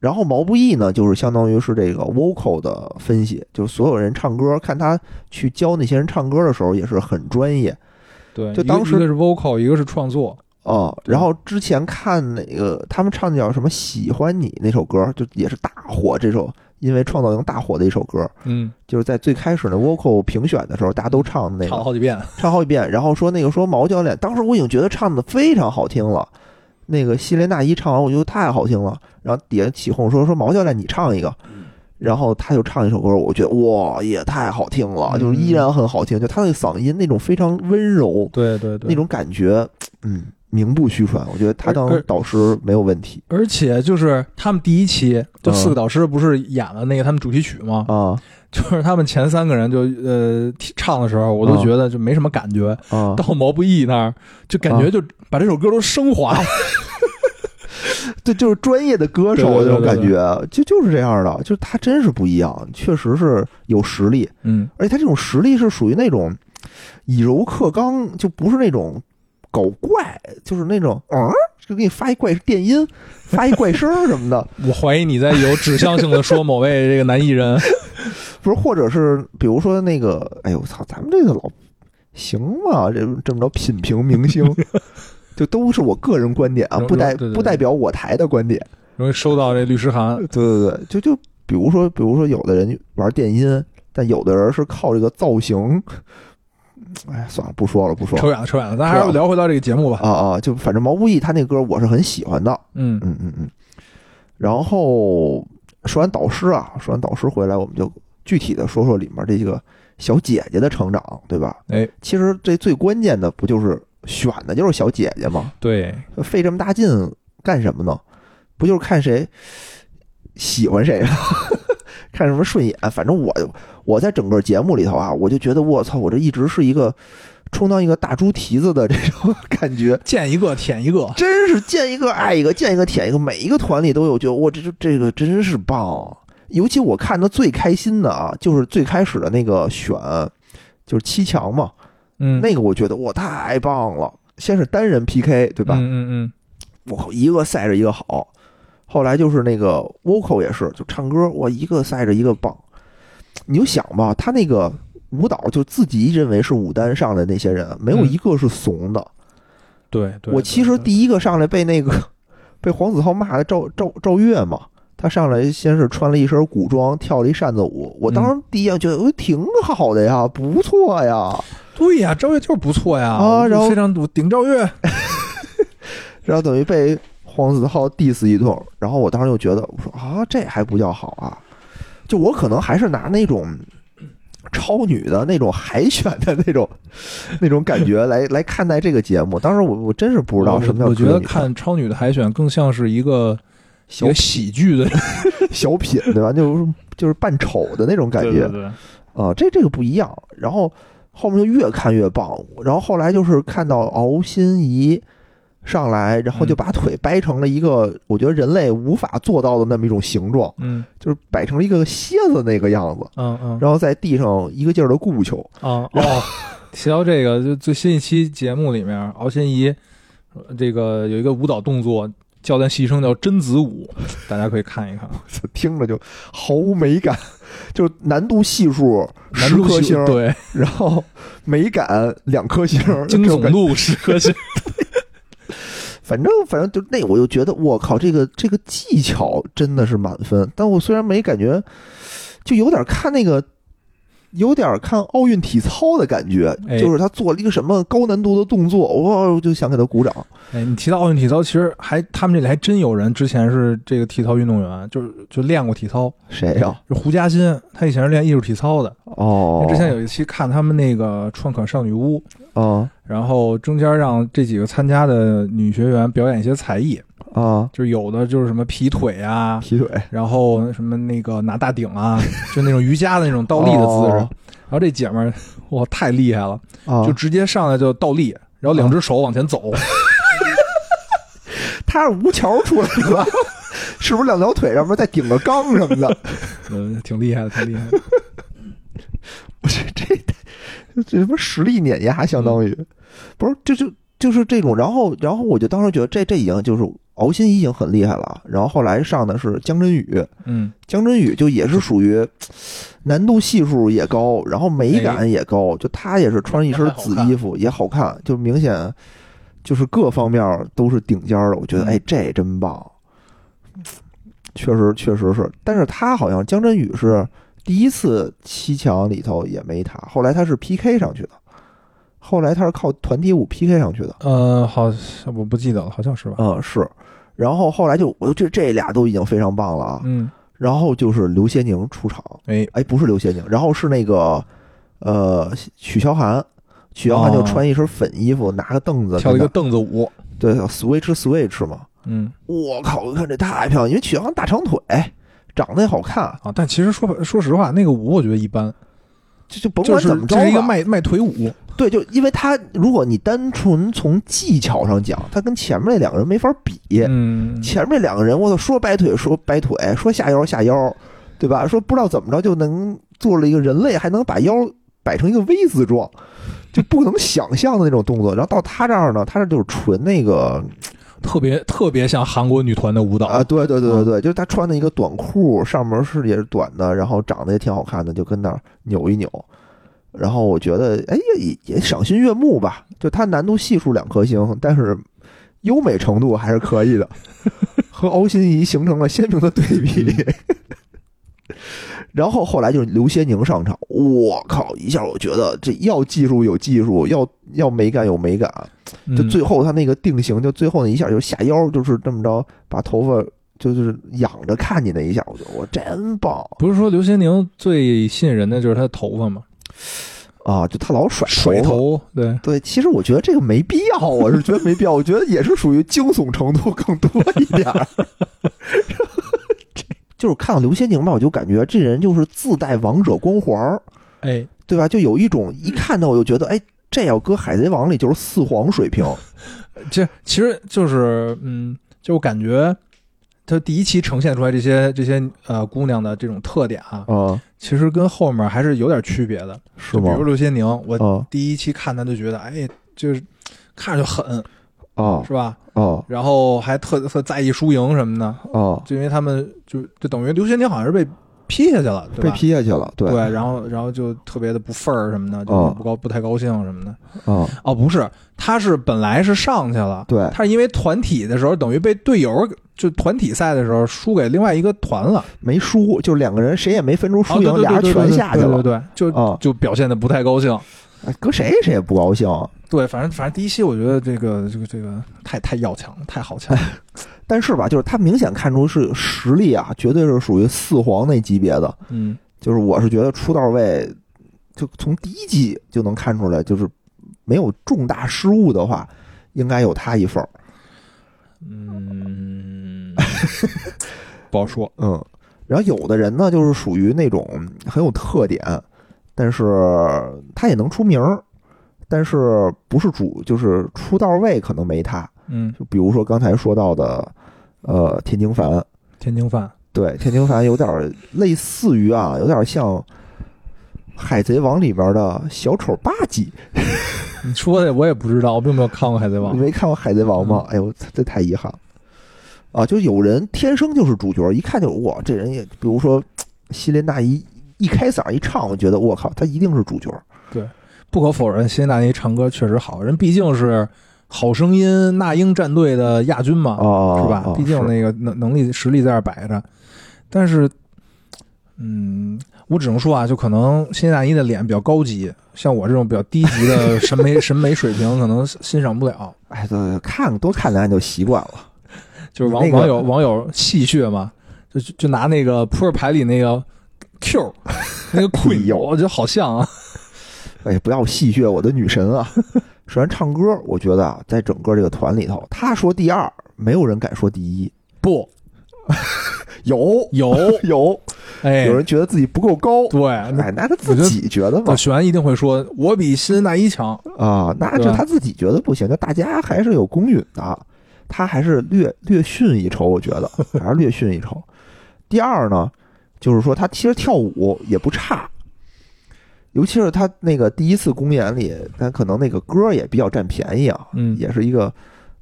然后毛不易呢，就是相当于是这个 vocal 的分析，就是所有人唱歌，看他去教那些人唱歌的时候也是很专业。对，就一个当时一个是 vocal，一个是创作。哦，对然后之前看那个他们唱的叫什么《喜欢你》那首歌，就也是大火，这首因为创造营大火的一首歌，嗯，就是在最开始那 vocal 评选的时候，大家都唱的那唱了个，好几遍。唱好几遍，然后说那个说毛教练，当时我已经觉得唱的非常好听了，那个希莲娜一唱完，我觉得太好听了，然后底下起哄说说毛教练你唱一个。嗯然后他就唱一首歌，我觉得哇，也太好听了，嗯就是依然很好听，就他那个嗓音那种非常温柔，对对对，那种感觉，嗯，名不虚传。我觉得他当而导师没有问题而且就是他们第一期嗯就四个导师不是演了那个他们主题曲吗？啊就是他们前三个人就呃唱的时候，我都嗯觉得就没什么感觉。啊！到毛不易那儿，就感觉就把这首歌都升华了。 对，就是专业的歌手对对对那种感对对觉，就就是这样的，就是他真是不一样，确实是有实力，嗯，而且他这种实力是属于那种以柔克刚，就不是那种搞怪，就是那种嗯，就给你发一怪电音，发一怪声儿什么的， 我怀疑你在有指向性的说某位这个男艺人，不是，或者是比如说那个，哎呦我操，咱们这个老行吗？这这么着品评明 星，就都是我个人观点啊，有不代有对对对啊不代表我台的观点。容易收到这律师函。对对对，就就比如说，比如说有的人玩电音，但有的人是靠这个造型。哎，算了，不说了，不说扯了。远了，扯远了，咱还是聊回到这个节目吧。啊啊，就反正毛不易他那歌我是很喜欢的，嗯，嗯嗯嗯。然后说完导师啊，说完导师回来，我们就具体的说说里面这个小姐姐的成长，对吧？哎，其实这最关键的不就是选的就是小姐姐吗？对，费这么大劲干什么呢？不就是看谁喜欢谁吗？ 看什么顺眼？反正我我在整个节目里头啊，我就觉得我操，我这一直是一个充当一个大猪蹄子的这种感觉，见一个舔一个。 真是见一个爱一个，见一个舔一个，每一个团里都有，觉得我这这这个真是棒。尤其我看的最开心的啊，就是最开始的那个选，就是七强嘛，嗯，那个我觉得哇太棒了。先是单人 PK 对吧？嗯嗯我靠，一个赛着一个好。后来就是那个 vocal 也是，就唱歌，我一个赛着一个棒。你就想吧，他那个舞蹈就自己认为是舞担上的那些人，没有嗯一个是怂的。嗯，对对。我其实对第一个上来被那个 被黄子韬骂的赵赵赵月嘛，他上来先是穿了一身古装，跳了一扇子舞。我嗯当时第一眼觉得，哎，挺好的呀，不错呀。对呀，赵月就是不错呀啊我然后非常我顶赵月。然后等于被黄子韬 diss 一顿，然后我当时就觉得，我说啊，这还不叫好啊？就我可能还是拿那种超女的那种海选的那种那种感觉来来看待这个节目。当时我我真是不知道我什么叫我觉追得女看超女的海选更像是一个一小个喜剧的小品对吧？就是就是扮丑的那种感觉。对啊，这这个不一样。然后后面就越看越棒，然后后来就是看到敖心怡上来，然后就嗯把腿掰成了一个、我觉得人类无法做到的那么一种形状，嗯就是摆成了一个蝎子那个样子，嗯嗯然后在地上一个劲儿的顾求。 啊哦。提到这个，就最新一期节目里面，敖心怡呃这个有一个舞蹈动作，教练戏称叫“贞子舞”，大家可以看一啊 看。听着就毫无美感，就是难度系数男十主颗戏星， 对，然后美感两颗星，惊这种悚感觉度十颗星。反正反正就那我就觉得我靠，这个这个技巧真的是满分。但我虽然没感觉，就有点看那个，有点看奥运体操的感觉，哎就是他做了一个什么高难度的动作，我就想给他鼓掌。哎，你提到奥运体操，其实还他们这里还真有人之前是这个体操运动员，就是就练过体操。谁呀、就胡嘉欣，他以前是练艺术体操的。哦，之前有一期看他们那个《创可少女屋》，啊然后中间让这几个参加的女学员表演一些才艺，啊，就是有的就是什么劈腿啊，劈腿然后什么那个拿大顶啊，就那种瑜伽的那种倒立的姿哦势。然后这姐们儿哇太厉害了，啊，就直接上来就倒立，然后两只手往前走，他是吴桥出来的。 是不是两条腿上面再顶个杠什么的？嗯，挺厉害的，挺厉害的。 这这这什么实力碾压，相当于、不是，就就就是这种。然后，然后我就当时觉得这这已经就是敖鑫已经很厉害了。啊然后后来上的是姜振宇，嗯，姜振宇就也是属于难度系数也高，然后美感也高，就他也是穿一身紫衣服也好看，就明显就是各方面都是顶尖儿的。我觉得嗯哎，这真棒，确实确实是。但是他好像姜振宇是第一次七强里头也没他，后来他是 PK 上去的，后来他是靠团体舞 PK 上去的。呃，好，我不记得了，好像是吧？嗯，是。然后后来就我就这这俩都已经非常棒了啊。嗯，然后就是刘些宁出场。哎，哎，不是刘些宁，然后是那个呃许晓涵，许晓涵哦就穿一身粉衣服，拿个凳子跳了一个跟凳子舞，那对，Switch Switch 嘛，嗯我靠，我看这太漂亮，因为曲阳大长腿，哎长得也好看，啊，但其实说说实话，那个舞我觉得一般，就就甭就管是怎么着这吧，是一个卖卖腿舞，对，就因为他如果你单纯从技巧上讲，他跟前面那两个人没法比，嗯，前面那两个人，我操，说掰腿说掰腿，说下腰下腰，对吧？说不知道怎么着就能做了一个人类，还能把腰摆成一个 V 字状，就不能想象的那种动作。然后到他这儿呢，他这就是纯那个特别特别像韩国女团的舞蹈啊，对对对对对，就是他穿的一个短裤，上面是也是短的，然后长得也挺好看的，就跟那儿扭一扭。然后我觉得，哎，也也赏心悦目吧。就它难度系数两颗星，但是优美程度还是可以的，和敖心怡形成了鲜明的对比。 然后后来就是刘些宁上场，我靠！一下我觉得这要技术有技术，要要美感有美感，啊嗯就最后他那个定型，就最后那一下就下腰，就是这么着，把头发就是仰着看你那一下，我就我真棒不是说刘心宁最吸引人的就是她的头发吗？啊！就他老甩甩头发。头，对，对，其实我觉得这个没必要，啊我是觉得没必要，我觉得也是属于惊悚程度更多一点儿。 就是看到刘先宁吧，我就感觉这人就是自带王者光环儿，哎，对吧？就有一种一看到我就觉得，哎，这要搁《海贼王》里就是四皇水平。这其实就是，嗯，就我感觉，她第一期呈现出来这些这些呃姑娘的这种特点啊，啊，其实跟后面还是有点区别的。是就比吗如？刘心宁，我啊第一期看她就觉得，哎，就是看着就狠，啊是吧？啊然后还特特在意输赢什么的，啊！就因为他们就就等于刘学宁好像是被批下去了，对被吧？劈下去了，对对，然后然后就特别的不忿儿什么的，就哦不高、不太高兴什么的。啊，哦，不是，他是本来是上去了，对他是因为团体的时候等于被队友就团体赛的时候输给另外一个团了，没输，就两个人谁也没分出输哦赢，对俩对对人对全下去对对了，对，对就、啊就表现的不太高兴。哎搁谁谁也不高兴。对，反正反正第一期我觉得这个这个这个太太要强了，太好强了。但是吧，就是他明显看出是实力啊，绝对是属于四皇那级别的。嗯，就是我是觉得出道位，就从第一季就能看出来，就是没有重大失误的话，应该有他一份儿。 嗯，不好说。嗯，然后有的人呢，就是属于那种很有特点，但是他也能出名儿，但是不是主，就是出道位可能没他。嗯，就比如说刚才说到的，呃，田京凡，天津饭，对，田京凡有点儿类似于啊，有点儿像《海贼王》里边的小丑八戒。你说的我也不知道，我并没有看过《海贼王你》。没看过《海贼王》吗？嗯哎呦，这太遗憾了啊！就有人天生就是主角，一看就哇，这人也，比如说西莲娜一一开嗓一唱，我觉得我靠，他一定是主角。不可否认，辛纳尼唱歌确实好，人毕竟是《好声音》那英战队的亚军嘛，哦啊是吧？哦毕竟是那个能能力实力在这儿摆着，但是，嗯，我只能说啊，就可能辛纳尼的脸比较高级，像我这种比较低级的 审美审美水平，可能欣赏不了。哎，对对，看多看两眼就习惯了。就是网、那个网友网友戏谑嘛，就就就拿那个扑克牌里那个 Q 那个哎 Queen，呦我觉得好像啊，哎，不要戏谑我的女神啊！ 首先，唱歌，我觉得啊，在整个这个团里头，她说第二，没有人敢说第一。不有有有，哎，有人觉得自己不够高，对，那哎，那他自己觉得嘛老玄一定会说：“我比辛纳一强。啊，那对就吧他自己觉得不行，就大家还是有公允的，啊他还是略略逊一筹，我觉 得还是略逊一筹。第二呢，就是说他其实跳舞也不差，尤其是他那个第一次公演里，他可能那个歌也比较占便宜啊，嗯也是一个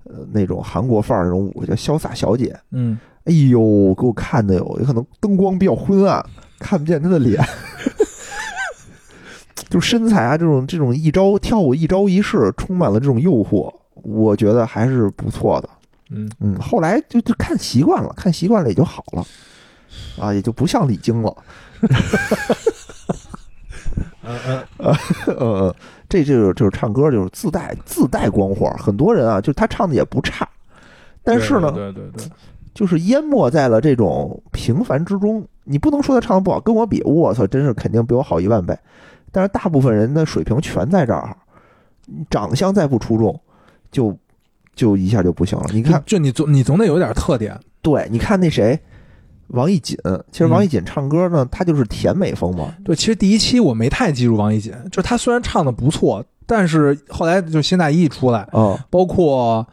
呃那种韩国范儿那种舞，叫潇洒小姐。”嗯，哎呦，给我看的有，也可能灯光比较昏暗，看不见他的脸。 就身材啊，这种这种一招跳舞一招一式，充满了这种诱惑，我觉得还是不错的。嗯嗯，后来就就看习惯了，看习惯了也就好了，啊，也就不像李菁了。 嗯嗯，这就是就是唱歌就是自带自带光环，很多人啊，就是他唱的也不差，但是呢，对对对对，就是淹没在了这种平凡之中。你不能说他唱的不好，跟我比，我操，真是肯定比我好一万倍。但是大部分人的水平全在这儿，长相再不出众，就就一下就不行了。你你看，就你总你总得有点特点，对，你看那谁，王一瑾，其实王嗯一瑾唱歌呢，他就是甜美风嘛，对，其实第一期我没太记住王一瑾，就是他虽然唱的不错，但是后来就辛大衣一出来，嗯，包括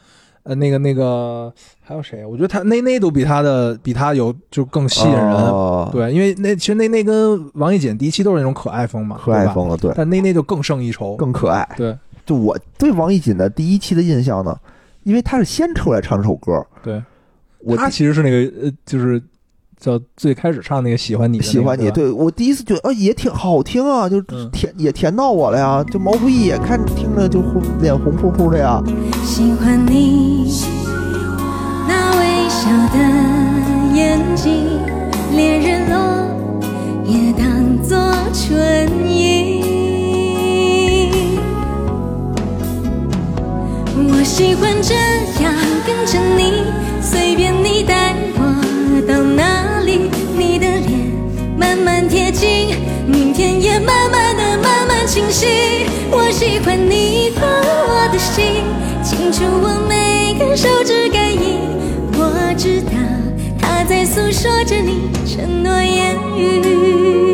呃那个那个还有谁，我觉得他内内都比他的比他有就更吸引人，哦对，因为那其实内内跟王一瑾第一期都是那种可爱风嘛，可爱对吧，疯了，对，但内内就更胜一筹，更可爱。对，就我对王一瑾的第一期的印象呢，因为他是先出来唱这首歌，对，我他其实是那个呃就是叫最开始唱那个喜欢你的那个、喜欢你，吧对我第一次觉得啊也挺好听啊，就嗯甜也甜到我了呀，就毛不易也看听着就红脸红扑扑的呀，喜欢你那微笑的眼睛，连日落也当作春意。我喜欢这样跟着你，随便你带我到哪里，你的脸慢慢贴近，明天也慢慢的慢慢清晰。我喜欢你把我的心，清楚我每根手指感应，我知道它在诉说着你承诺言语。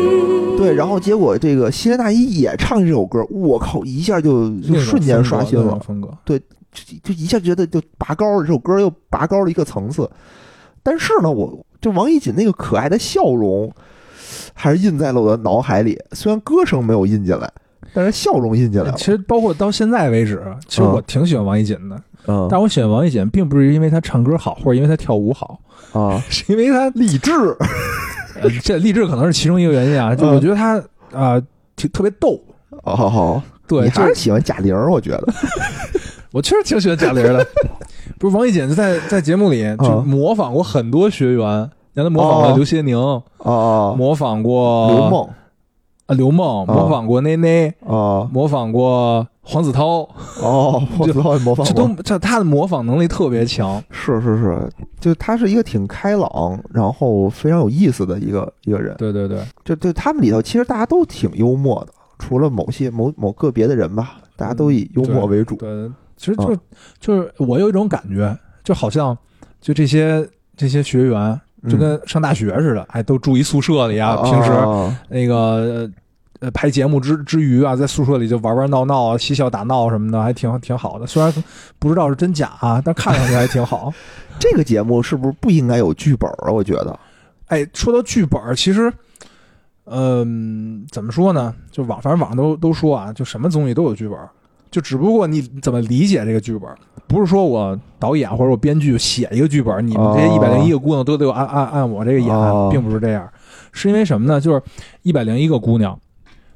对，然后结果这个西山大衣也唱这首歌，我靠，一下就就那种瞬间风格刷新那了种，风格，就就一下觉得就拔高了，这首歌又拔高了一个层次。但是呢，我就王一瑾那个可爱的笑容，还是印在了我的脑海里。虽然歌声没有印进来，但是笑容印进来了其。实包括到现在为止，其实嗯我挺喜欢王一瑾的，嗯但我喜欢王一瑾，并不是因为她唱歌好，或者因为她跳舞好， 啊，是因为她励志 哦呃这励志可能是其中一个原因啊。就嗯我觉得她啊，挺特别逗。哦，好好，对，你就还是是喜欢贾玲儿，我觉 得。我确实挺喜欢贾玲的。 啊不是王一瑾就在在节目里就嗯模仿过很多学员，让她模仿过哦刘些宁，哦，模仿过刘 梦啊刘梦，模仿过内内，哦模仿过黄子韬，哦，我知道你模仿这过都。这她的模仿能力特别强。是是是，就他是一个挺开朗，然后非常有意思的一个一个人。对对对，就就他们里头，其实大家都挺幽默的，除了某些某某个别的人吧，大家都以幽默为主。嗯对，其实就、就是我有一种感觉，就好像就这些这些学员嗯就跟上大学似的，哎，都住一宿舍里啊，平时啊那个呃拍节目之之余啊，在宿舍里就玩玩闹闹啊，嬉笑打闹什么的，还挺挺好的。虽然不知道是真假啊，但看上去还挺好。这个节目是不是不应该有剧本啊？我觉得，哎，说到剧本儿，其实。嗯，怎么说呢？就网，反正网上都都说啊，就什么综艺都有剧本儿，就只不过你怎么理解这个剧本儿，不是说我导演或者我编剧写一个剧本儿，你们这些一哦百零一个姑娘都得按按按我这个演，哦并不是这样，是因为什么呢？就是一百零一个姑娘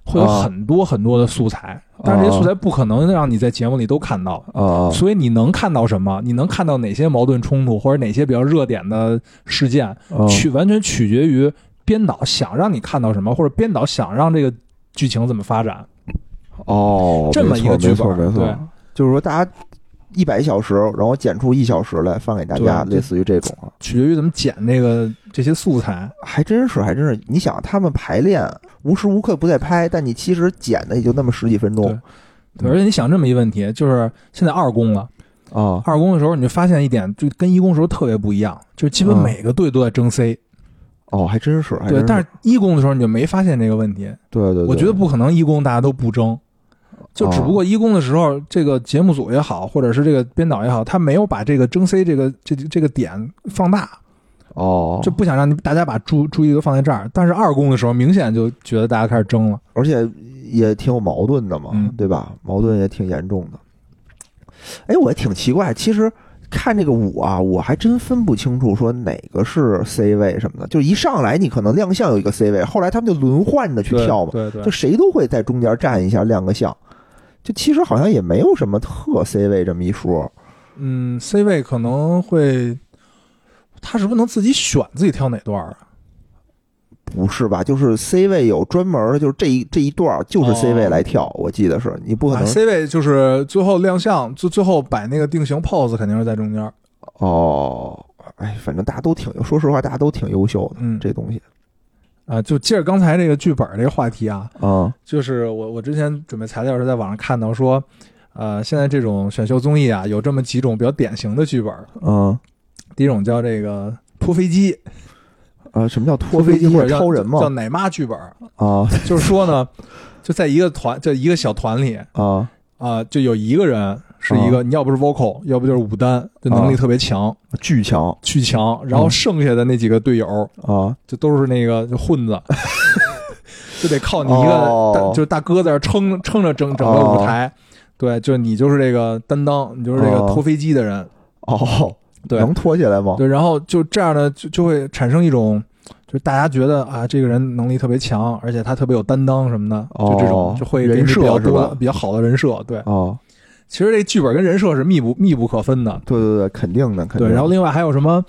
会有哦很多很多的素材，但是这些素材不可能让你在节目里都看到，啊所以你能看到什么？你能看到哪些矛盾冲突或者哪些比较热点的事件？啊哦取完全取决于编导想让你看到什么，或者编导想让这个剧情怎么发展。哦，这么一个没剧错本没错，没对错就是说大家一百小时，然后剪出一小时来放给大家，对类似于这种啊，取决于怎么剪这个这些素材。还真是还真是，你想他们排练无时无刻不在拍，但你其实剪的也就那么十几分钟嗯对，而且你想这么一个问题，就是现在二公了，啊二公的时候你就发现一点，就跟一公的时候特别不一样，就基本嗯每个队都在争 C、哦，还真是还真对，但是是一公的时候你就没发现这个问题。对对，对哦我觉得不可能一公大家都不争，就只不过一公的时候，这个节目组也好，或者是这个编导也好，他没有把这个争 C 这个这这个点放大，哦，就不想让你大家把注注意力都放在这儿。但是二公的时候，明显就觉得大家开始争了。而且也挺有矛盾的嘛，嗯对吧？矛盾也挺严重的。哎，我也挺奇怪，其实看这个舞啊，我还真分不清楚说哪个是 C 位什么的。就一上来你可能亮相有一个 C 位，后来他们就轮换着去跳嘛，对对就谁都会在中间站一下亮个相。就其实好像也没有什么特 C 位这么一说，嗯，C 位可能会，他是不是能自己选自己跳哪段儿啊？不是吧？就是 C 位有专门的，就是这一这一段就是 C 位哦来跳，我记得是你不可啊能，C 位就是最后亮相，最最后摆那个定型 pose 肯定是在中间儿。哦，哎，反正大家都挺，说实话，大家都挺优秀的，嗯这东西啊，就接着刚才这个剧本儿这个话题啊，啊就是我我之前准备材料时候在网上看到说，呃，现在这种选秀综艺啊，有这么几种比较典型的剧本。啊嗯第一种叫这个拖飞机，啊，什么叫拖飞机或或者者叫超人叫吗？奶妈剧本，啊就是说呢，就在一个团，就一个小团里啊、啊，就有一个人是一个，你要不是 vocal，要不就是舞担，就能力特别啊强，巨强巨强。然后剩下的那几个队友啊！就都是那个就混子， 就得靠你一个大，哦就是大哥在那撑撑着整整个舞台。对，就你就是这个担当，你就是这个哦拖飞机的人。哦，对，能拖起来吗？对，然后就这样呢，就就会产生一种，就是大家觉得啊，这个人能力特别强，而且他特别有担当什么的，就这种哦就会给你人设比较是多吧比较好的人设。对，哦，其实这剧本跟人设是密不密不可分的。对对对，肯定的，肯定对，的。然后另外还有什么，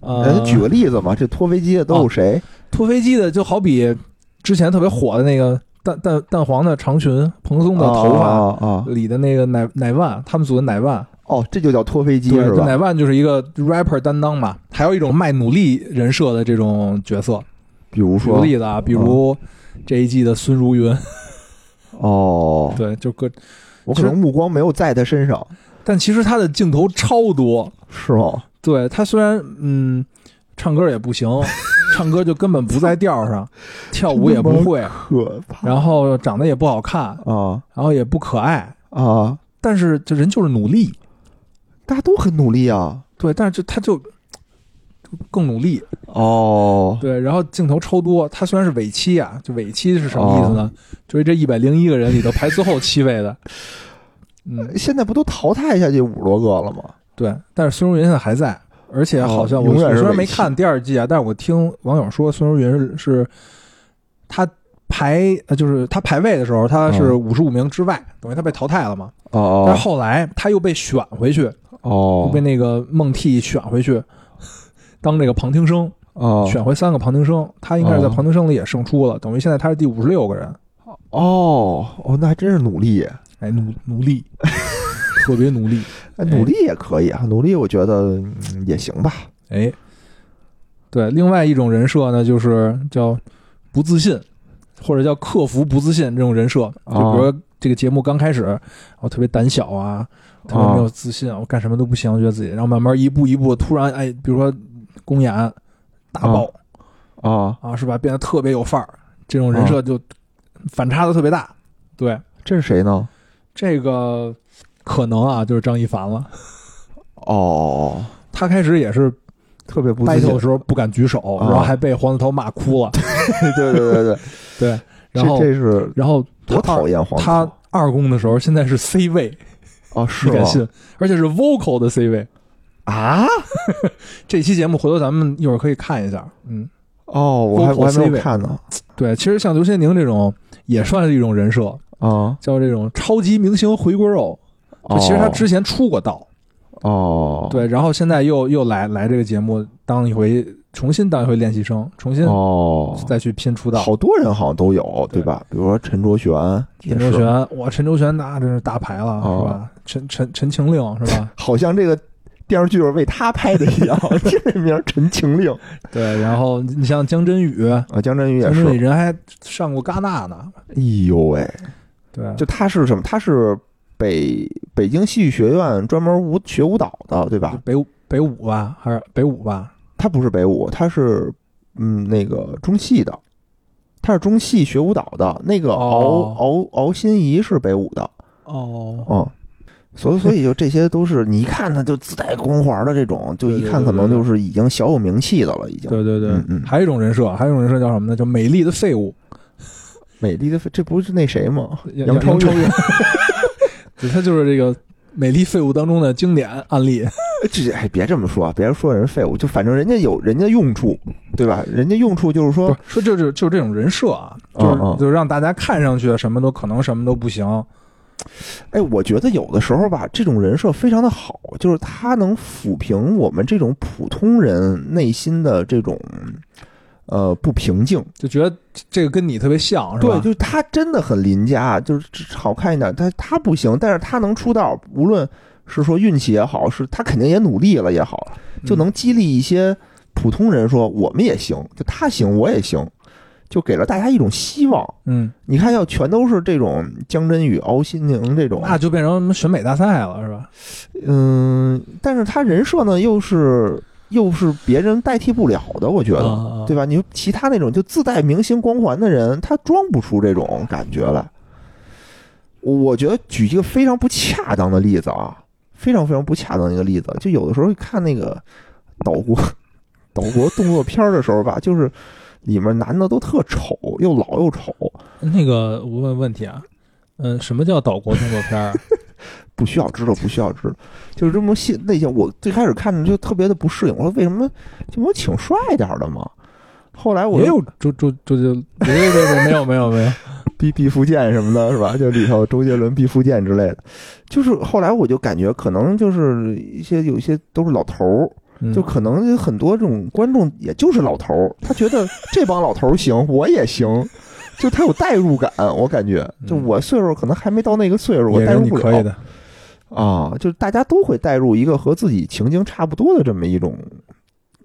呃咱，举个例子嘛，这拖飞机的都有谁？拖飞机的，就好比之前特别火的那个淡淡淡黄的长裙，蓬松的呃头发。啊啊啊！里的那个奶奶万，他们组的奶万，哦，这就叫拖飞机对是，就吧？奶万就是一个 rapper 担当嘛，还有一种卖努力人设的这种角色，比如举个说，例子啊，比如这一季的孙如云，哦，对，就各，我可能目光没有在他身上，但其实他的镜头超多。是吗？对他虽然嗯，唱歌也不行，唱歌就根本不在调上，跳舞也不会，可怕然后长得也不好看，啊然后也不可爱，啊！但是这人就是努力，大家都很努力啊。对，但是就他就。就更努力，哦，对，然后镜头超多。他虽然是尾期啊，就尾期是什么意思呢？就是这一百零一个人里头排最后七位的，嗯，现在不都淘汰下去五十多个了吗？对，但是孙如云现在还在，而且好像哦永我、远我是虽然尾没气看第二季啊，但是我听网友说孙如云是是他排呃就是他排位的时候他是嗯五十五名之外，等于他被淘汰了嘛。但哦是后来他又被选回去，又哦被那个梦 T 选回去当这个旁听生，哦选回三个旁听生，他应该是在哦旁听生里也胜出了，等于现在他是第五十六个人，哦哦，那还真是努力，哎，努努力， 特别努力，哎努力也可以啊，努力我觉得嗯也行吧。哎，对，另外一种人设呢，就是叫不自信，或者叫克服不自信这种人设。就哦比如这个节目刚开始，我特别胆小啊，特别没哦有自信啊，我干什么都不行，我觉得自己，然后慢慢一步一步，突然哎，比如说公演大哦爆啊，啊，是吧？变得特别有范儿，这种哦人设就反差的特别大。对，这是谁呢？这个可能啊，就是张一凡了。哦，他开始也是特别不自 battle 信的，时候不敢举手，啊然后还被黄子韬骂哭了。 对对对对，对，这然后这是然后多他讨厌黄他二公的时候，现在是 C 位，哦，是你吗敢信？而且是 vocal 的 C 位。啊？ 这期节目回头咱们一会儿可以看一下。嗯，哦，我还我还 Vocal 没 C 有位看呢对，其实像刘宪宁这种也算是一种人设，啊。叫这种超级明星回归肉。就哦其实他之前出过道，哦，对，然后现在又又来来这个节目当一回，重新当一回练习生，重新哦，再去拼出道。好多人好像都有，对嗯对吧？比如说陈卓璇，也陈周是，璇，哇，陈周璇那真是大牌了，哦是吧？陈陈陈情令是吧？好像这个电视剧是为他拍的一 样。听这名儿陈情令对，然后你你像江真宇，啊，江振宇也江是真宇。人还上过戛纳呢。哎呦喂，对，就他是什么？他是北北京戏剧学院专门舞学舞蹈的，对吧？北舞北舞吧，还是北舞吧？他不是北舞，他是嗯那个中戏的，他是中戏学舞蹈的。那个敖哦敖敖心怡是北舞的，哦，嗯，所以所以就这些都是你一看他就自带光环的这种，就对一对看对可能对就是已经小有名气的了，已经。对对对，嗯嗯还有一种人设，还有一种人设叫什么呢？叫美丽的废物，美丽的废这不是那谁吗？杨超超越， 对他就是这个美丽废物当中的经典案例。 这哎，别这么说，别说人废物，就反正人家有人家用处，对 吧？人家用处就是不说是，说就就就这种人设啊，就是、嗯嗯就让大家看上去什么都可能什么都不行。哎，我觉得有的时候吧，这种人设非常的好，就是他能抚平我们这种普通人内心的这种呃不平静。就觉得这个跟你特别像，是吧？对，就是他真的很邻家，就是好看一点，他他不行，但是他能出道，无论是说运气也好，是他肯定也努力了也好，嗯就能激励一些普通人说我们也行，就他行我也行。就给了大家一种希望。嗯，你看，要全都是这种江真宇、敖新宁这种，嗯那就变成什么选美大赛了，是吧？嗯，但是他人设呢，又是又是别人代替不了的，我觉得，啊对吧？你其他那种就自带明星光环的人，他装不出这种感觉来。我觉得举一个非常不恰当的例子啊，非常非常不恰当的一个例子，就有的时候看那个岛国岛国动作片儿的时候吧，就是里面男的都特丑，又老又丑，那个我问问题啊，嗯，什么叫岛国动作片儿啊？不需要知道，不需要知道，就是这么些那些，我最开始看着就特别的不适应，我说为什么就没有请帅点儿的吗？后 来我也又有周周周杰，别别别，没有没有 没有，毕毕福剑什么的，是吧？就里头周杰伦、毕福剑之类的，就是后来我就感觉可能就是一些有一些都是老头儿，嗯就可能有很多这种观众也就是老头儿，他觉得这帮老头儿行，我也行，就他有代入感，我感觉就我岁数可能还没到那个岁数，我嗯也代是入你不可以了的，啊，就是大家都会带入一个和自己情境差不多的这么一种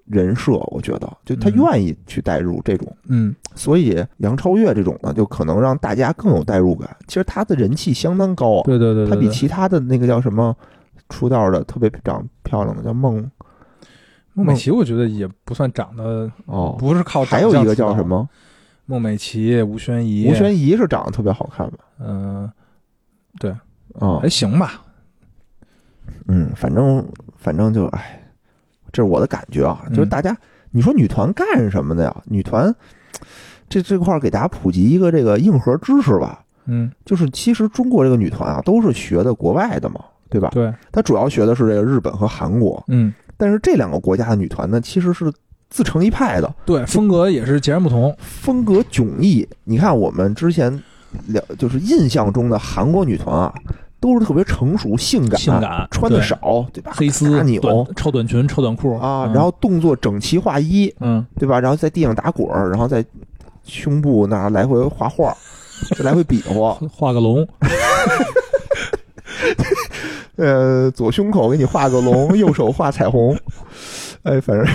人设，我觉得就他嗯愿意去带入这种。嗯所以杨超越这种呢，就可能让大家更有代入感。其实他的人气相当高啊，对对对对，他比对其他的那个叫什么出道的特别长漂亮的叫孟孟美岐，我觉得也不算长得，哦，不是靠还长有相一个出道叫什？么孟美岐、吴宣仪、吴宣仪是长得特别好看吧？嗯，啊还，哎行吧，嗯，反正反正就哎，这是我的感觉啊，嗯就是大家，你说女团干什么的呀？女团这这块儿给大家普及一个这个硬核知识吧，嗯，就是其实中国这个女团啊，都是学的国外的嘛，对吧？对，它主要学的是这个日本和韩国，嗯，但是这两个国家的女团呢，其实是自成一派的，对，风格也是截然不同，风格迥异。你看我们之前聊，就是印象中的韩国女团啊，都是特别成熟、性感，性感啊穿的对少，对吧？黑丝大扭短超短裙、超短裤啊，嗯然后动作整齐划一，嗯，，对吧？然后在地上打滚儿，然后在胸部那儿来回画画， 就来回比划画个龙，呃，左胸口给你画个龙，右手画彩虹， 哎，反正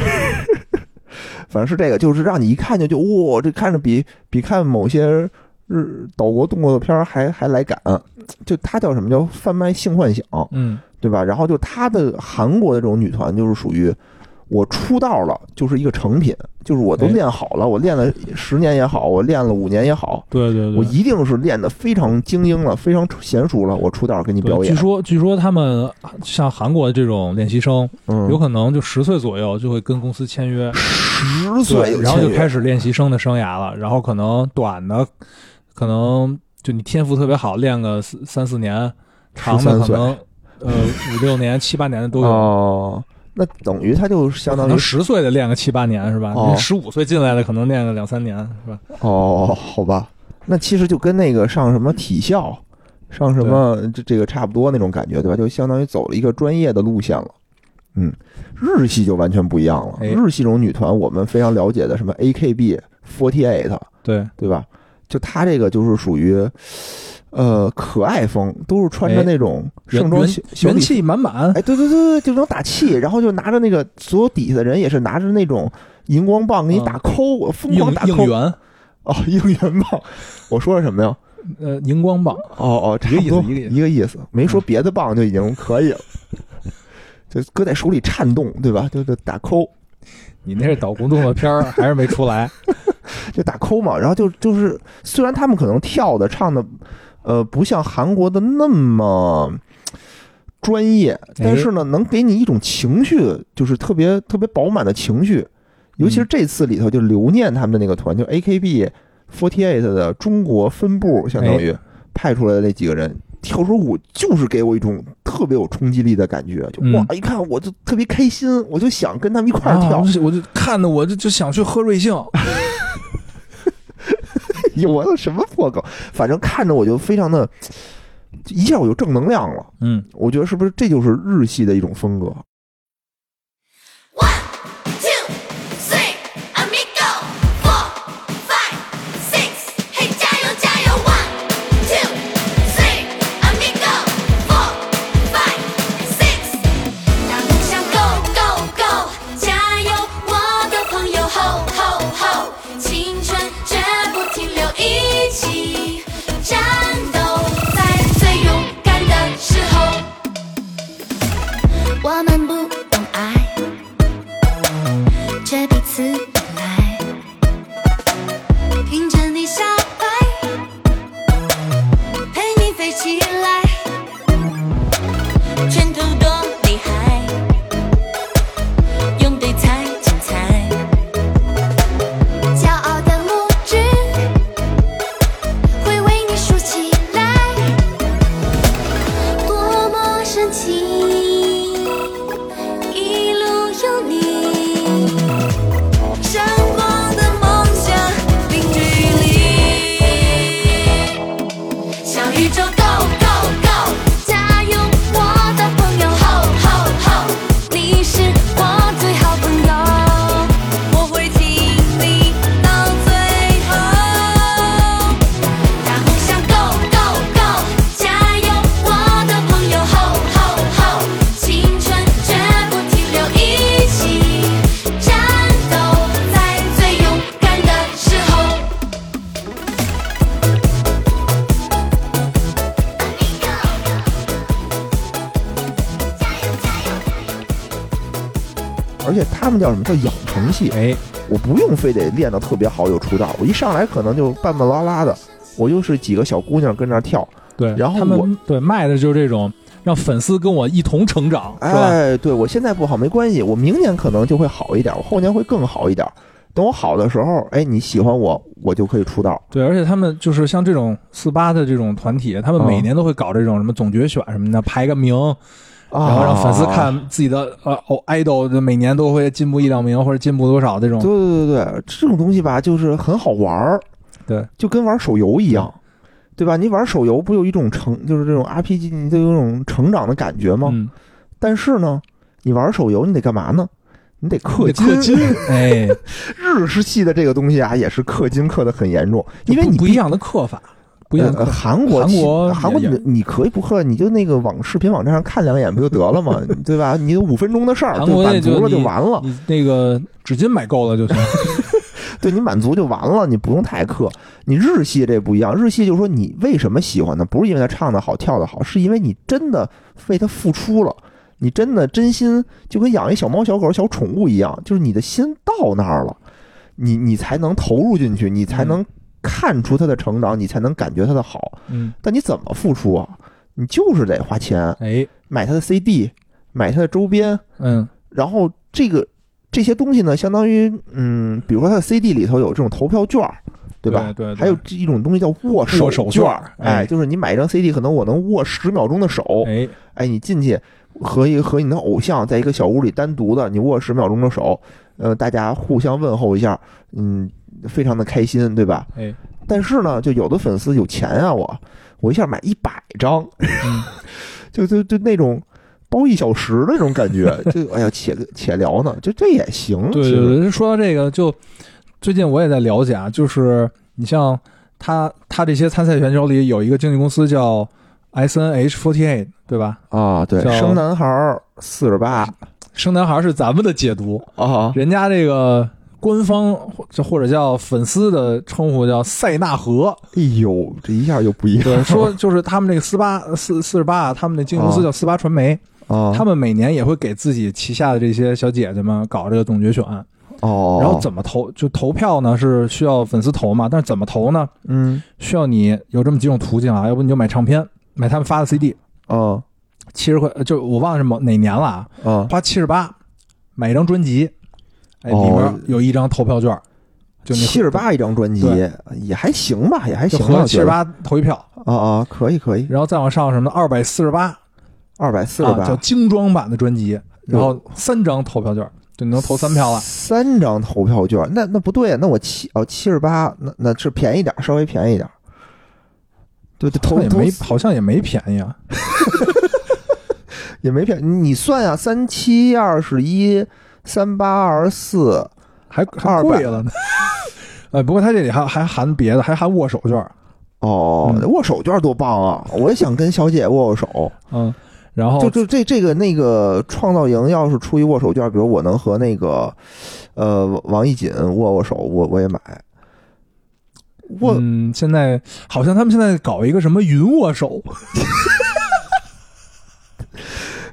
反正是这个，就是让你一看就就哇、这看着比比看某些日岛国动作片儿还还来赶，就他叫什么叫贩卖性幻想，嗯，对吧？然后就他的韩国的这种女团就是属于。我出道了就是一个成品，就是我都哎练好了，我练了十年也好，我练了五年也好，对对对，我一定是练得非常精英了，非常娴熟了，我出道给你对表演据。说据说他们像韩国这种练习生，嗯，有可能就十岁左右就会跟公司签约，十岁对，有然后签就约开始练习生的生涯了。然后可能短的，可能就你天赋特别好，练个四三四年；长的13可岁能呃五六年、七八年的都有。哦，那等于他就相可当于能十岁的练个七八年是吧哦？十五岁进来的可能练个两三年是吧？哦，好吧，那其实就跟那个上什么体校，上什么这这个差不多那种感觉，对吧？就相当于走了一个专业的路线了。嗯，日系就完全不一样了。哎日系这种女团，我们非常了解的什么 AKB48，对，对吧？就她这个就是属于，呃，可爱风，都是穿着哎那种元盛装元小小元礼气满满。哎，对对对对，就能打气，然后就拿着那个所有底下的人也是拿着那种荧光棒给你打抠，我疯嗯应狂打应抠。援，哦，应援棒，我说的什么呀？呃，荧光棒，哦哦，差不多一个意思一个意嗯一个意思，没说别的棒就已经可以了。 就搁在手里颤动，对吧？就就打抠，你那是导工动作片儿，还是没出来？就打抠嘛。然后就就是，虽然他们可能跳的唱的，呃，不像韩国的那么专业， 哎但是呢，能给你一种情绪，就是特别特别饱满的情嗯绪。尤其是这次里头，就留念他们的那个团，就 AKB forty eight 的中国分部，相当哎于派出来的那几个人。跳出舞就是给我一种特别有冲击力的感觉，就嗯哇一看我就特别开心，我就想跟他们一块儿啊跳我。就我就看的我就就想去喝瑞幸， 有我有什么破梗？反正看着我就非常的，就一下我就正能量了。嗯，我觉得是不是这就是日系的一种风格？ two, three, amigo, four, five, six, hey 加油加油，one, two, three, amigo, four, five, six，大路上 go go go，加油，我的朋友 ho ho ho，青春绝而且他们叫什么叫养成系，哎，我不用非得练得特别好有出道，我一上来可能就半半拉拉的，我就是几个小姑娘跟那儿跳，对，然后他我们对卖的就是这种让粉丝跟我一同成长，是吧？哎，对我现在不好没关系，我明年可能就会好一点，我后年会更好一点。等我好的时候，哎，你喜欢我，我就可以出道。对，而且他们就是像这种四八的这种团体，他们每嗯年都会搞这种什么总决选什么的，排个名，啊、然后让粉丝看自己的呃哦 idol 的每年都会进步一两名或者进步多少这种对。对对对，啊这种东西吧，就是很好玩儿，对，就跟玩手游一样，对吧？你玩手游不有一种成，就是这种 RPG，你就有一种成长的感觉吗？嗯，但是呢，你玩手游你得干嘛呢？你得氪金。氪 金，哎，日式系的这个东西啊，也是氪金氪的很严重，因为不你不一样的刻法，不一样的呃刻法。韩国韩其国韩国也你你可以不氪，你就那个网视频网站上看两眼不就得了吗？ 对吧？你五分钟的事儿，韩就国那满就足了你就完了，你那个纸巾买够了就行。对你满足就完了，你不用太氪。你日系这不一样，日系就是说你为什么喜欢他，不是因为他唱的好、跳的好，是因为你真的为他付出了。你真的真心就跟养一小猫、小狗、小宠物一样，就是你的心到那儿了，你你才能投入进去，你才能看出它的成长，你才能感觉它的好。 嗯，但你怎么付出啊？你就是得花钱哎，买它的 CD，买它的周边，嗯，然后这个这些东西呢，相当于嗯，比如说它的 CD 里头有这种投票券儿，对吧？对对对还有这一种东西叫握手握手券券儿儿，哎，哎就是你买一张 CD，可能我能握十秒钟的手，哎，哎，你进去和一个和你的偶像在一个小屋里单独的，你握十秒钟的手，呃，大家互相问候一下，嗯，非常的开心，对吧？哎，但是呢，就有的粉丝有钱啊，我我一下买一百张，嗯 就就就那种包一小时的那种感 觉，就哎呀，且且聊呢，就这也行，对其对实对，说到这个，就最近我也在了解啊，就是你像他他这些参赛选手里有一个经纪公司叫 S N H Forty Eight，对吧？啊，对叫，生男孩四十八生男孩是咱们的解读，啊，人家这个官方或或者叫粉丝的称呼叫塞纳河，哎呦，这一下就不一样对，说就是他们这个四八四四十八，啊他们的经纪公司叫四八传媒，啊，他们每年也会给自己旗下的这些小姐姐们搞这个总决选，哦，然后怎么投就投票呢？是需要粉丝投嘛？但是怎么投呢？嗯需要你有这么几种途径啊，要不你就买唱片，买他们发的 CD，啊七十块，呃就我忘了是某哪年了，啊，啊，花七十八买一张专辑，哎，里哦面有一张投票券，就你七十八一张专辑对也还行吧，也还就行啊合吧，着七十八投一票，我觉得啊啊，可以可以，然后再往上什么二百四十八，二百四十啊，叫八，嗯精装版的专辑，然后三张投票券，就你能投三票了。三张投票券，那那不对，那我七哦七十八，那那是便宜点儿，稍微便宜点儿，对对，投 也投没好像也没便宜啊，也没便宜，你算呀，三七二十一，三八二十四，还还贵了呢。 呃，不过他这里还还含别的，还含握手券，哦，嗯握手券多棒啊！我也想跟小姐握握手，嗯，然后就就这这个那个创造营要是出一握手券，比如我能和那个呃王一锦握握手，我我也买。握嗯，现在好像他们现在搞一个什么云握手，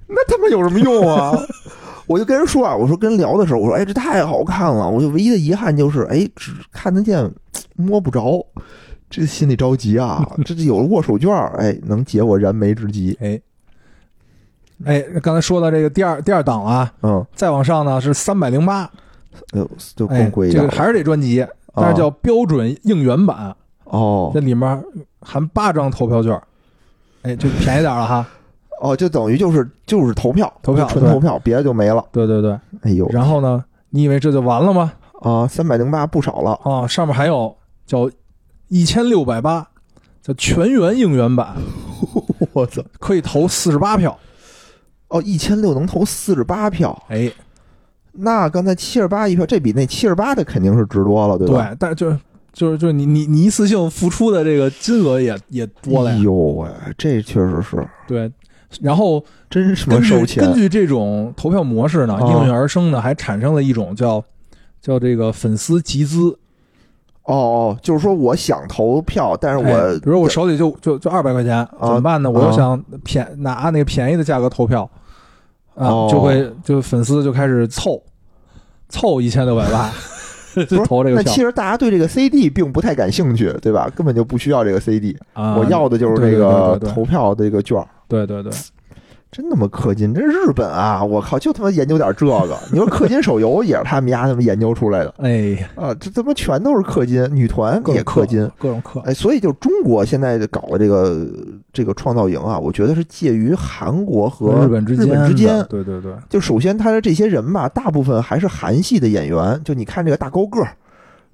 那 他妈有什么用 啊？我就跟人说啊，我说跟人聊的时候，我说哎，这太好看了，我就唯一的遗憾就是哎，只看得见，摸不着，这心里着急 啊。这这有了握手券儿，哎，能解我燃眉之急。哎，哎，刚才说到这个第二第二档啊，嗯，再往上呢是三百零八，呃，就哎更，贵一这点个了。啊还是这专辑，但是叫标准应援版，哦这里面含八张投票券，哎，就便宜点了哈。哦，就等于就是就是 投票，投票就纯啊对投票，别的就没了。对对对，哎呦，然后呢，你以为这就完了吗？啊，三百零八不少了。啊，上面还有叫一千六百八，叫全员应援版， 我操！可以投四十八票。哦，一千六能投四十八票，哎，那刚才七十八一票，这比那七十八的肯定是值多了，对吧？对，但是就是就是就是你你你一次性付出的这个金额也也多了哎呀。呦喂，这确实是，对，然后真什么根收据钱根据这种投票模式呢，啊应运而生呢，还产生了一种叫叫这个粉丝集资。哦哦，就是说我想投票，但是我、啊哎比如我手里就就就二百块钱，怎么办呢？我又想便拿那个便宜的价格投票，啊哦，就会就粉丝就开始凑，凑一千六百 万，就投这那个其票。实大家对这个 CD 并不太感兴趣，对吧？根本就不需要这个 CD，、啊，我要的就是对这个对对对对投票的这个券儿。对对对，真他妈氪金！这日本啊，我靠，就他妈研究点这个。你说氪金手游也是他们家他们研究出来的哎呀，啊，这他妈全都是氪金，女团各也种氪金。各种氪，哎，所以就中国现在搞的这个这个创造营啊，我觉得是介于韩国和日本之日间本的，之间。对对对，就首先他的这些人吧，大部分还是韩系的演员。就你看这个大高个儿，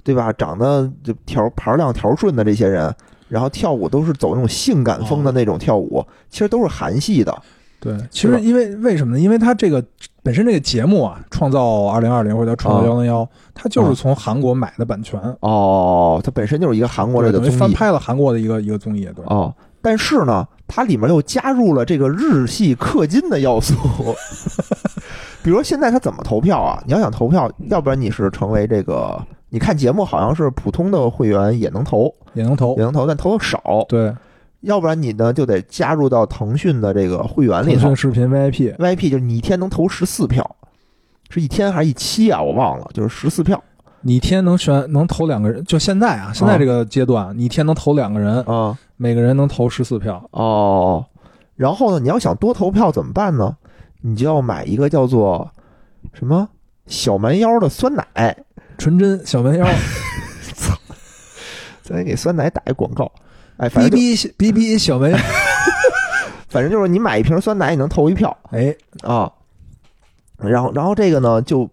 对吧？长得就条牌儿亮条顺的这些人，然后跳舞都是走那种性感风的那种跳舞，其实都是韩系的。对，其实因为为什么呢？因为它这个本身这个节目啊，《创造二零二零》或者叫啊《创造幺零幺》，它就是从韩国买的版权，哦，它本身就是一个韩国对来的等于综翻艺拍了韩国的一个一个综艺，对，哦，但是呢，它里面又加入了这个日系氪金的要素。 比如说现在它怎么投票啊？你要想投票，要不然你是成为这个，你看节目好像是普通的会员也能投，也能投也，能投，但投的少。对，要不然你呢就得加入到腾讯的这个会员里腾头讯视频 VIP， ，VIP 就是你一天能投十四票，是一天还是一期啊？我忘了，就是十四票你一天能选能投两个人，就现在啊，现在这个阶段，你一天能投两个人，啊。每个人能投十四票，哦，然后呢，你要想多投票怎么办呢？你就要买一个叫做什么小蛮腰的酸奶，纯真小文妖，咱给酸奶打一广告。哎，反哔正就哔哔哔小 文妖，反正就是你买一瓶酸奶，你能投一票哎，啊。然后，然后这个呢，就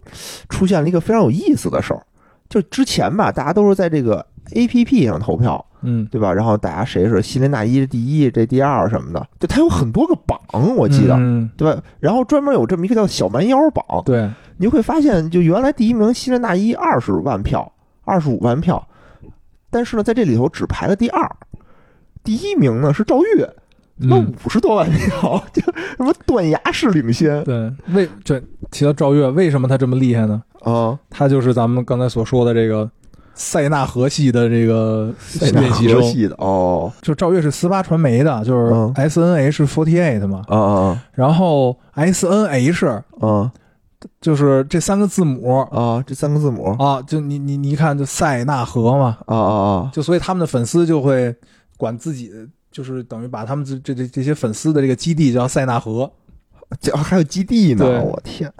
出现了一个非常有意思的事儿，就之前吧，大家都是在这个 A P P 上投票，嗯，对吧？然后大家谁是西林娜伊第一，这第二什么的，就它有很多个榜，我记得，嗯对吧？然后专门有这么一个叫小蛮腰榜，对，你会发现，就原来第一名西兰纳伊二十万票，二十五万票，但是呢，在这里头只排了第二，第一名呢是赵越，那嗯。五十多万票， 就什么断崖式领先对，为这提到赵越，为什么他这么厉害呢？啊！他就是咱们刚才所说的这个塞纳河系的这个练习河生。系的哦，就赵越是斯巴传媒的，就是嗯 S N H forty eight 嘛，啊啊然后 S N H 啊就是这三个字母啊！这三个字母啊啊，就你你你一看就塞纳河嘛，啊啊！就所以他们的粉丝就会管自己，就是等于把他们这这这这些粉丝的这个基地叫塞纳河。这啊还有基地对呢，我天！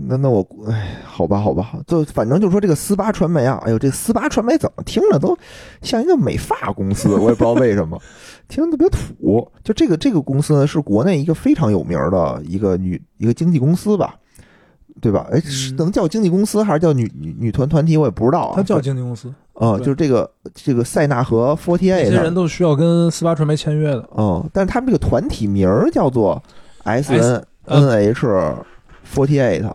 那那我哎，好吧好吧，就反正就说这个斯巴传媒啊，哎呦，这斯巴传媒怎么听着都像一个美发公司，我也不知道为什 么，听着特别土。就这个这个公司呢，是国内一个非常有名的一个女一个经纪公司吧，对吧？哎，是嗯能叫经纪公司还是叫女女女团团体，我也不知道啊。他叫经纪公司，啊、对就是这个这个塞纳河 Forty 这 Eight，些人都需要跟斯巴传媒签约的。嗯，但是他们这个团体名儿叫做 S N N H Forty Eight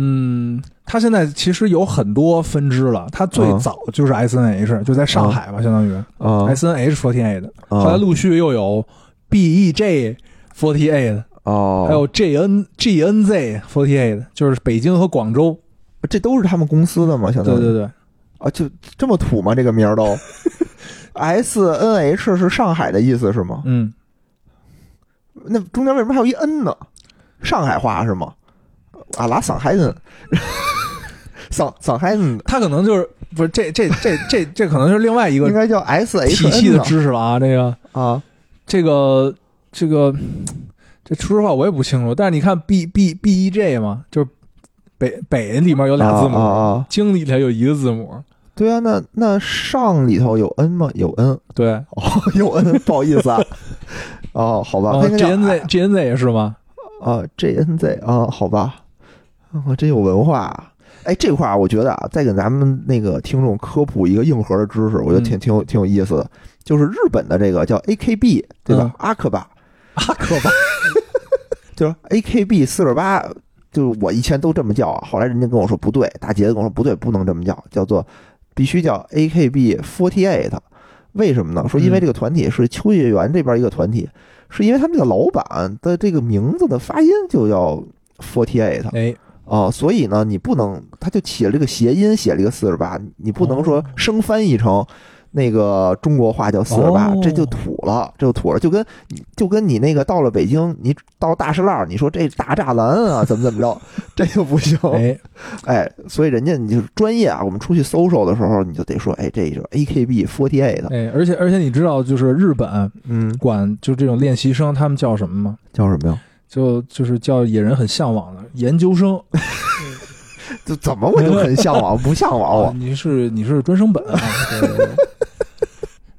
嗯，它现在其实有很多分支了。它最嗯早就是 S N H，、就在上海吧，相当于、啊呃 S N H forty eight，、后来啊陆续又有 B E J forty eight，哦，还有 J N G N Z forty eight，就是北京和广州。这都是他们公司的吗？相对当于对对，啊，就这么土吗？这个名儿 都 S N H 是上海的意思是吗？嗯，那中间为什么还有一 N 呢？上海话是吗？啊，拉上海 人，上上海人它可能就是不是这这这这这可能是另外一应个该叫 S 体 H 系 N 的知识了啊。这个啊这个这个这说实话我也不清楚，但是你看 B B B E J 嘛，就是北北里面有俩字母。啊啊啊经理里有一个字母，对啊，那那上里头有 N 吗？有 N，对，哦， 有恩，不好意思啊。哦，好吧，哦他应该叫 GNZ GNZ 也是吗？啊，JNZ 啊，好吧，我、真有文化啊。哎，这块儿我觉得啊，再给咱们那个听众科普一个硬核的知识，我觉得挺、挺有挺有意思的，就是日本的这个叫 AKB 对吧？嗯阿克巴啊，可吧， 就是 AKB 四十八，就是我以前都这么叫啊，后来人家跟我说不对，大姐跟我说不对，不能这么叫，叫做必须叫 AKB forty eight。为什么呢？说因为这个团体是秋叶原这边一个团体，是因为他们这个老板的这个名字的发音就叫 forty eight 哎，哦，所以哦呢，你不能，他就起了这个谐音，写了一个四十八，你不能说生翻译成。那个中国话叫四十八哦，这就土了，这就土了，就跟就跟你那个到了北京，你到大栅栏，你说这大栅栏啊，怎么怎么着， 这就不行。哎，哎，所以人家你就是专业啊，我们出去搜搜的时候，你就得说，哎，这是 AKB48 的，哎，而且而且你知道，就是日本嗯，管就这种练习生，他们叫什么吗？叫什么呀？就就是叫野人很向往的研究生。就怎么我就很向往，不向往哦，我？你是你是专升本、 啊。对对对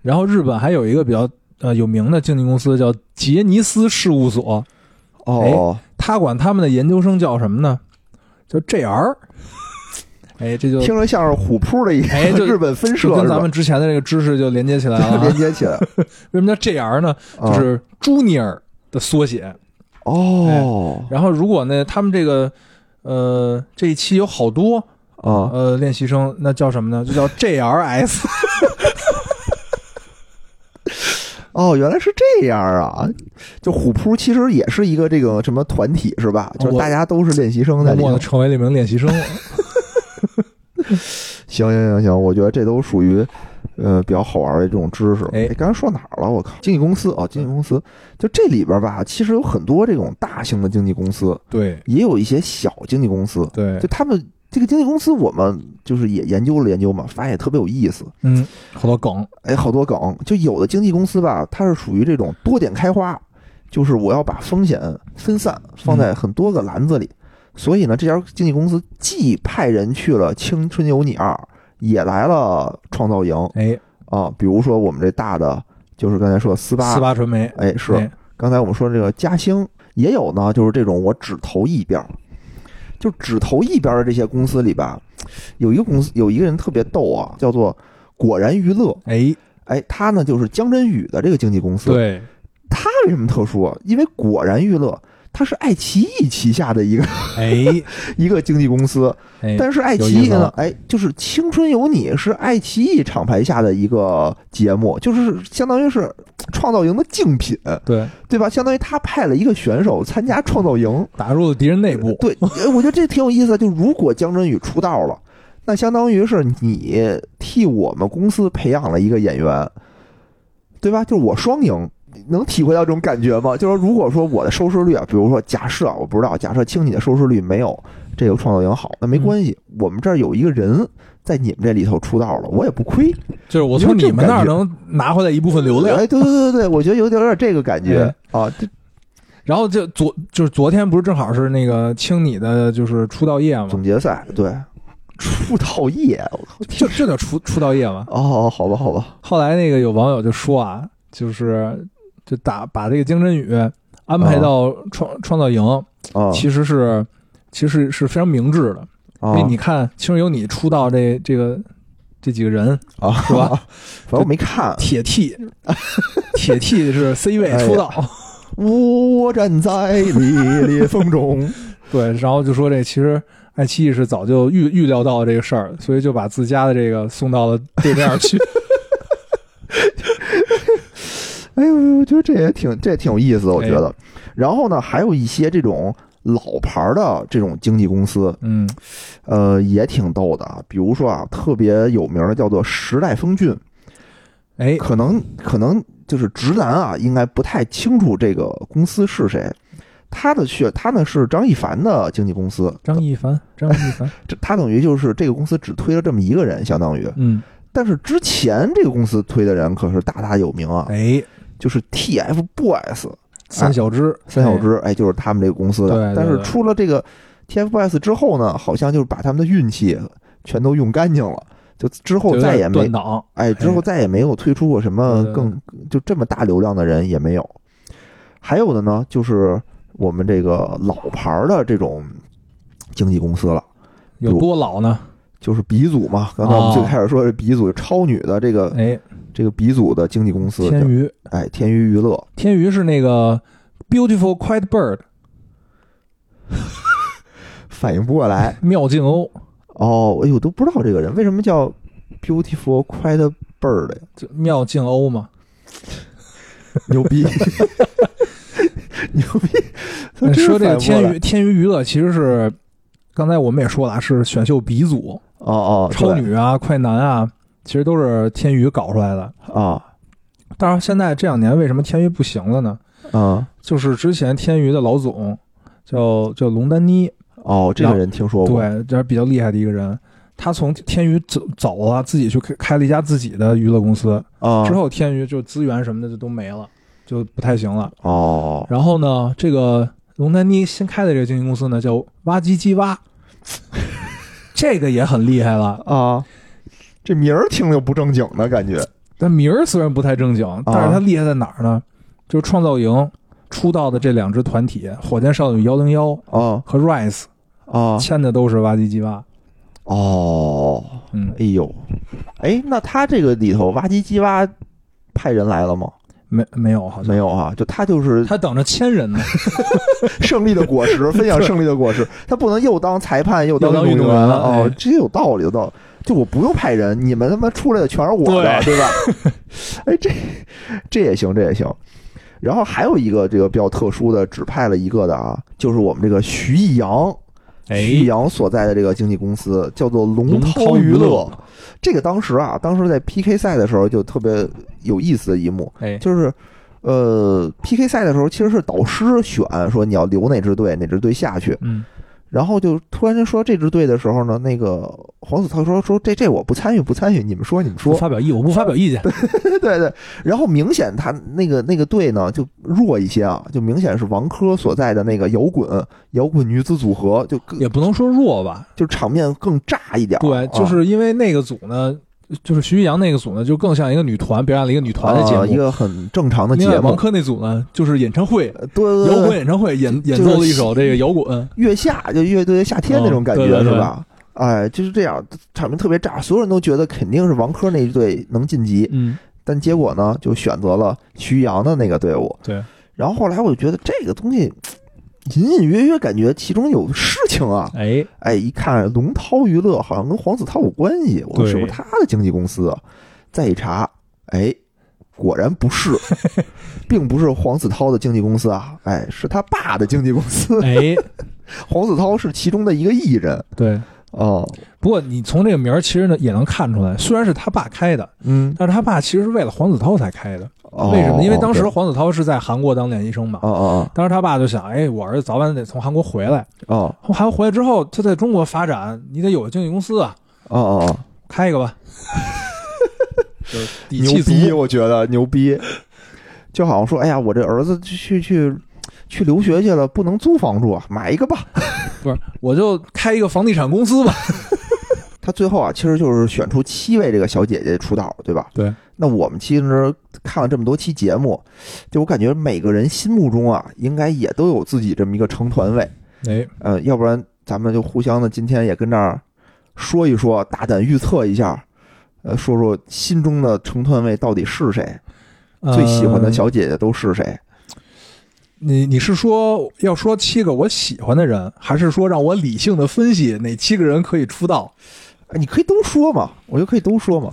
然后日本还有一个比较呃有名的经纪公司叫杰尼斯事务所，哎哦，他管他们的研究生叫什么呢？叫 JR。哎，这就听着像是虎扑的一个哎就日本分就社跟是咱吧们？之前的这个知识就连接起来了 啊。连接起来，为什么叫 JR 呢？ 就啊是 Junior 的缩写。哦然后如果呢，他们这个呃这一期有好多啊，呃练习生，那叫什么呢？就叫 JRS。哦，原来是这样啊！就虎扑其实也是一个这个什么团体是吧？就是我大家都是练习生在默里默头的。成为了一名练 习生。行行行行，我觉得这都属于呃比较好玩的这种知识。哎刚才说哪儿了？我靠，经纪公司哦，经纪公司就这里边吧，其实有很多这种大型的经纪公司，对也有一些小经纪公司。对就，他们这个经纪公司，我们就是也研究了研究嘛，发现也特别有意思。嗯，好多梗。哎，好多梗。就有的经纪公司吧，它是属于这种多点开花，就是我要把风险分散放在很多个篮子里。所以呢，这家经纪公司既派人去了《青春有你二》，也来了创造营哎，啊。比如说我们这大的，就是刚才说斯巴，四八传媒哎，是哎刚才我们说这个嘉兴也有呢，就是这种我只投一边儿，就只投一边儿的这些公司里吧，有一个公司有一个人特别逗啊，叫做果然娱乐。哎，哎，他呢就是江振宇的这个经纪公司。，对，他为什么特殊啊？因为果然娱乐它是爱奇艺旗下的一个 哎一个经纪公司，哎，但是爱奇有意艺思呢啊，哎，就是《青春有你》是爱奇艺厂牌下的一个节目，就是相当于是创造营的竞品，对，对吧？相当于他派了一个选手参加创造营。打入了敌人内部。对，哎我觉得这挺有意思的。就如果江振宇出道了，那相当于是你替我们公司培养了一个演员，对吧？就是我双赢，能体会到这种感觉吗？就是说如果说我的收视率啊，比如说假设啊，我不知道，假设青你的收视率没有这个创造营好，那嗯没关系，我们这儿有一个人在你们这里头出道了，我也不亏。就是我从你说你这们那儿感觉能拿回来一部分流量。哎，对对对对，我觉得有点有点这个感觉哎啊。这然后就昨就是昨天不是正好是那个青你的就是出道夜吗？总决赛对出道夜，我靠！就就叫出出道夜嘛。哦，好吧，好吧，后来那个有网友就说啊，就是就打把这个江振宇安排啊到创、创造营，啊，其实是其实是非常明智的，啊因为你看《青春有你》出道这这个这几个人，啊，是吧？反正我没看，铁 T，铁 T 是 C 位哎出道， 我站在凛冽风中。对，然后就说这其实爱奇艺是早就预预料到这个事儿，所以就把自家的这个送到了对面 去。 哎呦，我觉得这也挺这也挺有意思的，我哎觉得。然后呢，还有一些这种老牌儿的这种经纪公司，嗯，呃，也挺逗的啊。比如说啊，特别有名的叫做时代峰峻，哎，可能可能就是直男啊，应该不太清楚这个公司是谁。他的去，他呢是张一凡的经纪公司，张一凡，张一 凡，这他等于就是这个公司只推了这么一个人，相当于。嗯，但是之前这个公司推的人可是大大有名啊，哎，就是 TFBOYS 三小只，三小只，哎，就是他们这个公司对的。对但是对出了这个 TFBOYS 之后呢，好像就是把他们的运气全都用干净了，就之哎，后再也有点断没档，哎，之后再也没有推出过什么对对更就这么大流量的人也没有。还有的呢，就是我们这个老牌儿的这种经纪公司了。有多老呢？就是鼻祖嘛，刚才我们哦最开始说的是鼻祖，超女的这个哎，这个鼻祖的经纪公司，天娱，哎，天娱娱乐，天娱是那个 Beautiful Quiet Bird 反应不过来。妙境欧，哦，哎呦，都不知道这个人为什么叫 Beautiful Quiet Bird 呀？就妙境欧嘛，牛逼， 牛逼！他真是说这反应不过个天来娱天娱娱乐其实是，刚才我们也说了啊，是选秀鼻祖，哦哦，超对女啊、快男啊，其实都是天娱搞出来的。啊但是现在这两年为什么天娱不行了呢？啊就是之前天娱的老总叫叫龙丹妮，哦，这个人听说过，对，这是比较厉害的一个人。他从天娱走走了，自己去开开了一家自己的娱乐公司，啊，之后天娱就资源什么的就都没了，就不太行了。哦，然后呢，这个龙丹妮新开的这个经纪公司呢叫挖机机挖， 这个也很厉害了。啊，这名儿听着不正经的感觉但名儿虽然不太正经，但是它厉害在哪儿呢？就是创造营出道的这两支团体，火箭少女幺零幺啊和 Rise 啊签的都是挖机机挖。哦，嗯，哎呦，哎，那他这个里头挖机鸡挖派人来了吗？没没有好像没有啊，就他就是他等着签人呢，胜利的果实，分享胜利的果实，他不能又当裁判又当又当运运动员员了哦哎，这有道理，有道理。就我不用派人，你们他妈出来的全是我的，对吧？ 哎，这这也行，这也行。然后还有一个这个比较特殊的，只派了一个的啊，就是我们这个徐艺洋，哎徐艺 洋所在的这个经纪公司叫做龙龙涛涛娱娱乐乐。这个当时啊，当时在 PK 赛的时候就特别有意思的一幕，哎，就是呃 PK 赛的时候，其实是导师选说你要留哪支队，哪支队下去。嗯，然后就突然间说这支队的时候呢，那个黄子韬说说这这我不参与不参与，你们说你们不 说，发表意，我不发表 意见。对对对。然后明显他那个那个队呢就弱一些啊，就明显是王珂所在的那个摇滚摇滚女子组合，就更也不能说弱吧，就场面更炸一点儿啊。对，就是因为那个组呢，就是徐艺洋那个组呢，就更像一个女团表演了一个女团的节啊一目。个很正常的节另外，目王，珂那组呢，就是演唱会，呃对对对摇滚演唱会演演奏了一首这个摇滚，月下就乐队夏天那种感觉、嗯对对对是吧？哎，就是这样，场面特别炸，所有人都觉得肯定是王珂那一队能晋级，嗯，但结果呢，就选择了徐阳的那个队伍。对，然后后来我就觉得这个东西，隐隐约约感觉其中有事情啊！ 哎，哎，一看龙涛娱乐好像跟黄子韬有关系，我说对是不是他的经纪公司啊？再一查，哎，果然不 是，并不是黄子韬的经纪公司啊，哎，是他爸的经纪公司。哎，黄子韬是其中的一个艺人对。哦，不过你从这个名儿其实呢也能看出来，虽然是他爸开的，嗯，但是他爸其实是为了黄子韬才开的。哦为什么？因为当时对黄子韬是在韩国当练习生嘛。哦哦当时他爸就想，哎，我儿子早晚得从韩国回来，哦哦从韩国回来之后，他在中国发展，你得有个经纪公司啊，哦哦，开一个 吧。底牛气足逼，我觉得牛逼，就好像说，哎呀，我这儿子去去去留学去了，不能租房住啊，买一个吧。不是，我就开一个房地产公司吧。他最后啊，其实就是选出七位这个小姐姐出道，对吧？对。那我们其实看了这么多期节目，就我感觉每个人心目中啊，应该也都有自己这么一个成团位。哎，呃，要不然咱们就互相的今天也跟这儿说一说，大胆预测一下，呃，说说心中的成团位到底是谁，最喜欢的呃，小姐姐都是谁？你你是说要说七个我喜欢的人，还是说让我理性的分析哪七个人可以出道？哎你可以都说嘛，我觉得可以都说嘛。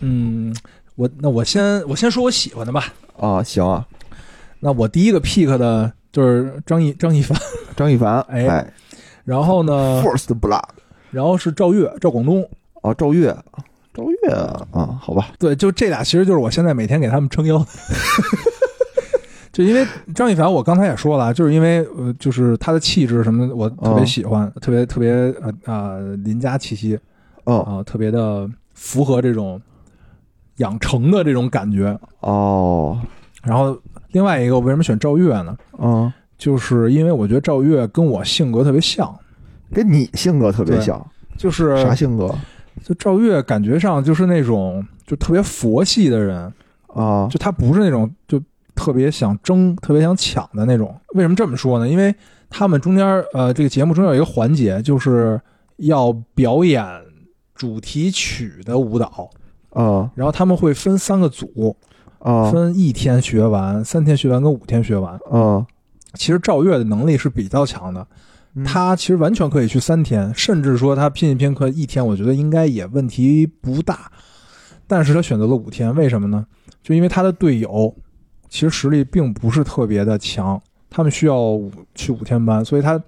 嗯，我那我先我先说我喜欢的吧。啊，行啊，那我第一个 pick 的就是张艺张艺凡，张一凡，哎哎嗯然后呢 f，i r s t Blood，然后是赵越、赵广东，哦，赵越，赵越啊，好吧，对，就这俩其实就是我现在每天给他们撑腰的。 就因为张艺凡，我刚才也说了，就是因为呃，就是他的气质什么的，我特嗯别喜欢，特别特别呃呃邻家气息哦啊、特别的符合这种养成的这种感觉。哦，然后另外一个，我为什么选赵越呢？嗯，就是因为我觉得赵越跟我性格特别像，跟你性格特别对像，就是啥性格就赵越感觉上就是那种就特别佛系的人，啊？就他不是那种就特别想争、特别想抢的那种。为什么这么说呢？因为他们中间呃，这个节目中间有一个环节，就是要表演主题曲的舞蹈，啊然后他们会分三个组，啊分一天学完、三天学完跟五天学完。啊！其实赵越的能力是比较强的，嗯他其实完全可以去三天，甚至说他拼一拼可一天，我觉得应该也问题不大。但是他选择了五天，为什么呢？就因为他的队友其实实力并不是特别的强，他们需要五去五天班，所以他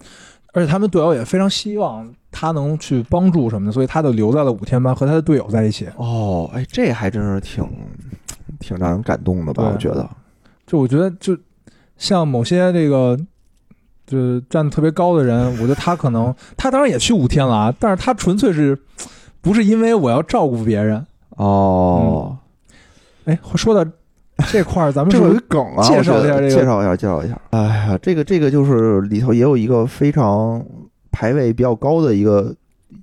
而且他们队友也非常希望他能去帮助什么的，所以他就留在了五天班和他的队友在一起。哦，哎，这还真是挺挺让人感动的吧？对我觉得，就我觉得，就像某些这个就是站得特别高的 人，我觉得他可能他当然也去五天了啊，但是他纯粹是不是因为我要照顾别人？哦，哎，说到这块儿，咱们这是有不一是梗啊，介绍我觉得一下这个介绍一下，介绍一下。哎呀，这个这个就是里头也有一个非常排位比较高的一个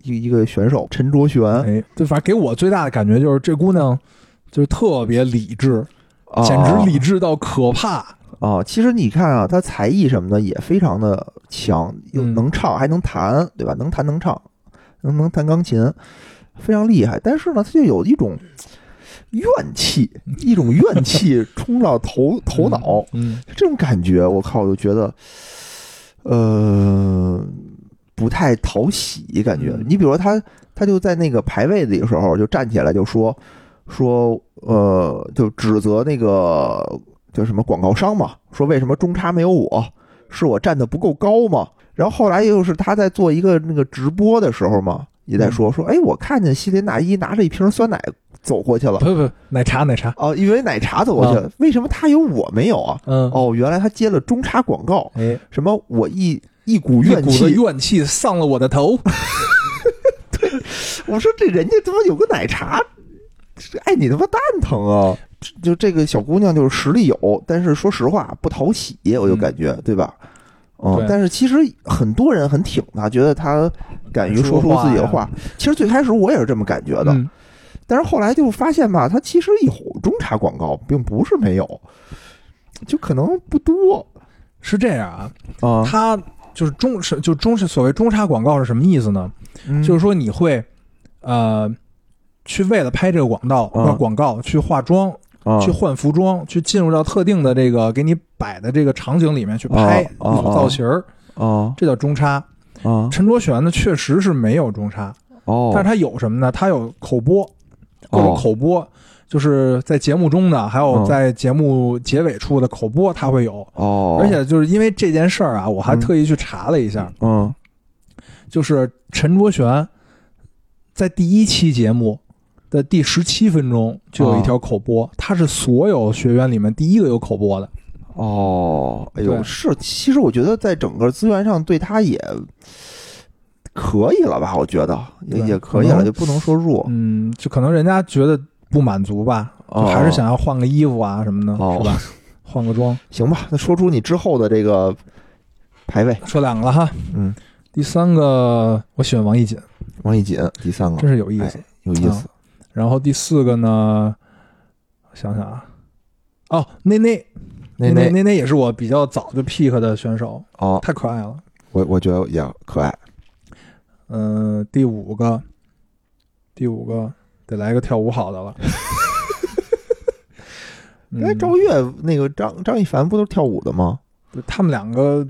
一一个选手陈卓璇哎，对，反正给我最大的感觉就是这姑娘就是特别理智，啊，简直理智到可怕。啊！其实你看啊，他才艺什么的也非常的强，又嗯能唱还能弹，对吧？能弹能唱，能能弹钢琴，非常厉害。但是呢，他就有一种怨气，一种怨气冲到头头脑，嗯，这种感觉，我靠，我就觉得，呃，不太讨喜，感觉嗯。你比如说他，他就在那个排位的时候就站起来就说说，呃，就指责那个叫什么广告商嘛，说为什么中差没有我，是我站的不够高嘛。然后后来又是他在做一个那个直播的时候嘛，也在嗯说说，哎，我看见西林娜依拿着一瓶酸奶走过去了，不嗯不，奶茶奶茶，哦，以为奶茶走过去了，为什么他有我没有啊？嗯，哦，原来他接了中插广告，哎，什么我一一股一怨股气，的怨气丧了我的头。我说这人家他妈有个奶茶，这爱你他妈蛋疼啊！就这个小姑娘就是实力有，但是说实话不讨喜，我就感觉、对吧？嗯对，但是其实很多人很挺她，觉得她敢于说出自己的说话话。其实最开始我也是这么感觉的，嗯，但是后来就发现吧，她其实有中插广告，并不是没有，就可能不多是这样啊，啊。他就是中是就中是所谓中插广告是什么意思呢？嗯就是说你会呃去为了拍这个广告、嗯广告去化妆、啊去换服装、去进入到特定的这个给你摆的这个场景里面去拍一哦哦组造型儿，啊这叫中插。啊陈卓璇呢确实是没有中插，哦，但是他有什么呢？他有口播，各哦种口播。就是在节目中的，还有嗯在节目结尾处的口播，他会有。哦，而且就是因为这件事儿啊，我还嗯特意去查了一下，嗯就是陈卓璇在第一期节目的第十七分钟就有一啊条口播，他是所有学员里面第一个有口播的。哦，哎呦对是，其实我觉得在整个资源上对他也可以了吧，我觉得也对也可以可了，能就不能说弱嗯，就可能人家觉得不满足吧，哦就还是想要换个衣服啊什么的，哦是吧？换个妆。行吧？那说出你之后的这个排位，说两个了哈，嗯，第三个我喜欢王一瑾，王一瑾第三真个是有意思。哦哎有意啊思然后第四个呢，我想想啊，哦，内内。那那那那那也是我比较早就 pick 的选手，哦，太可爱了。我我觉得也可爱嗯、第五个，第五个得来个跳舞好 的了。嗯哎，赵月那个张张一凡不都是跳舞的吗？他们两个，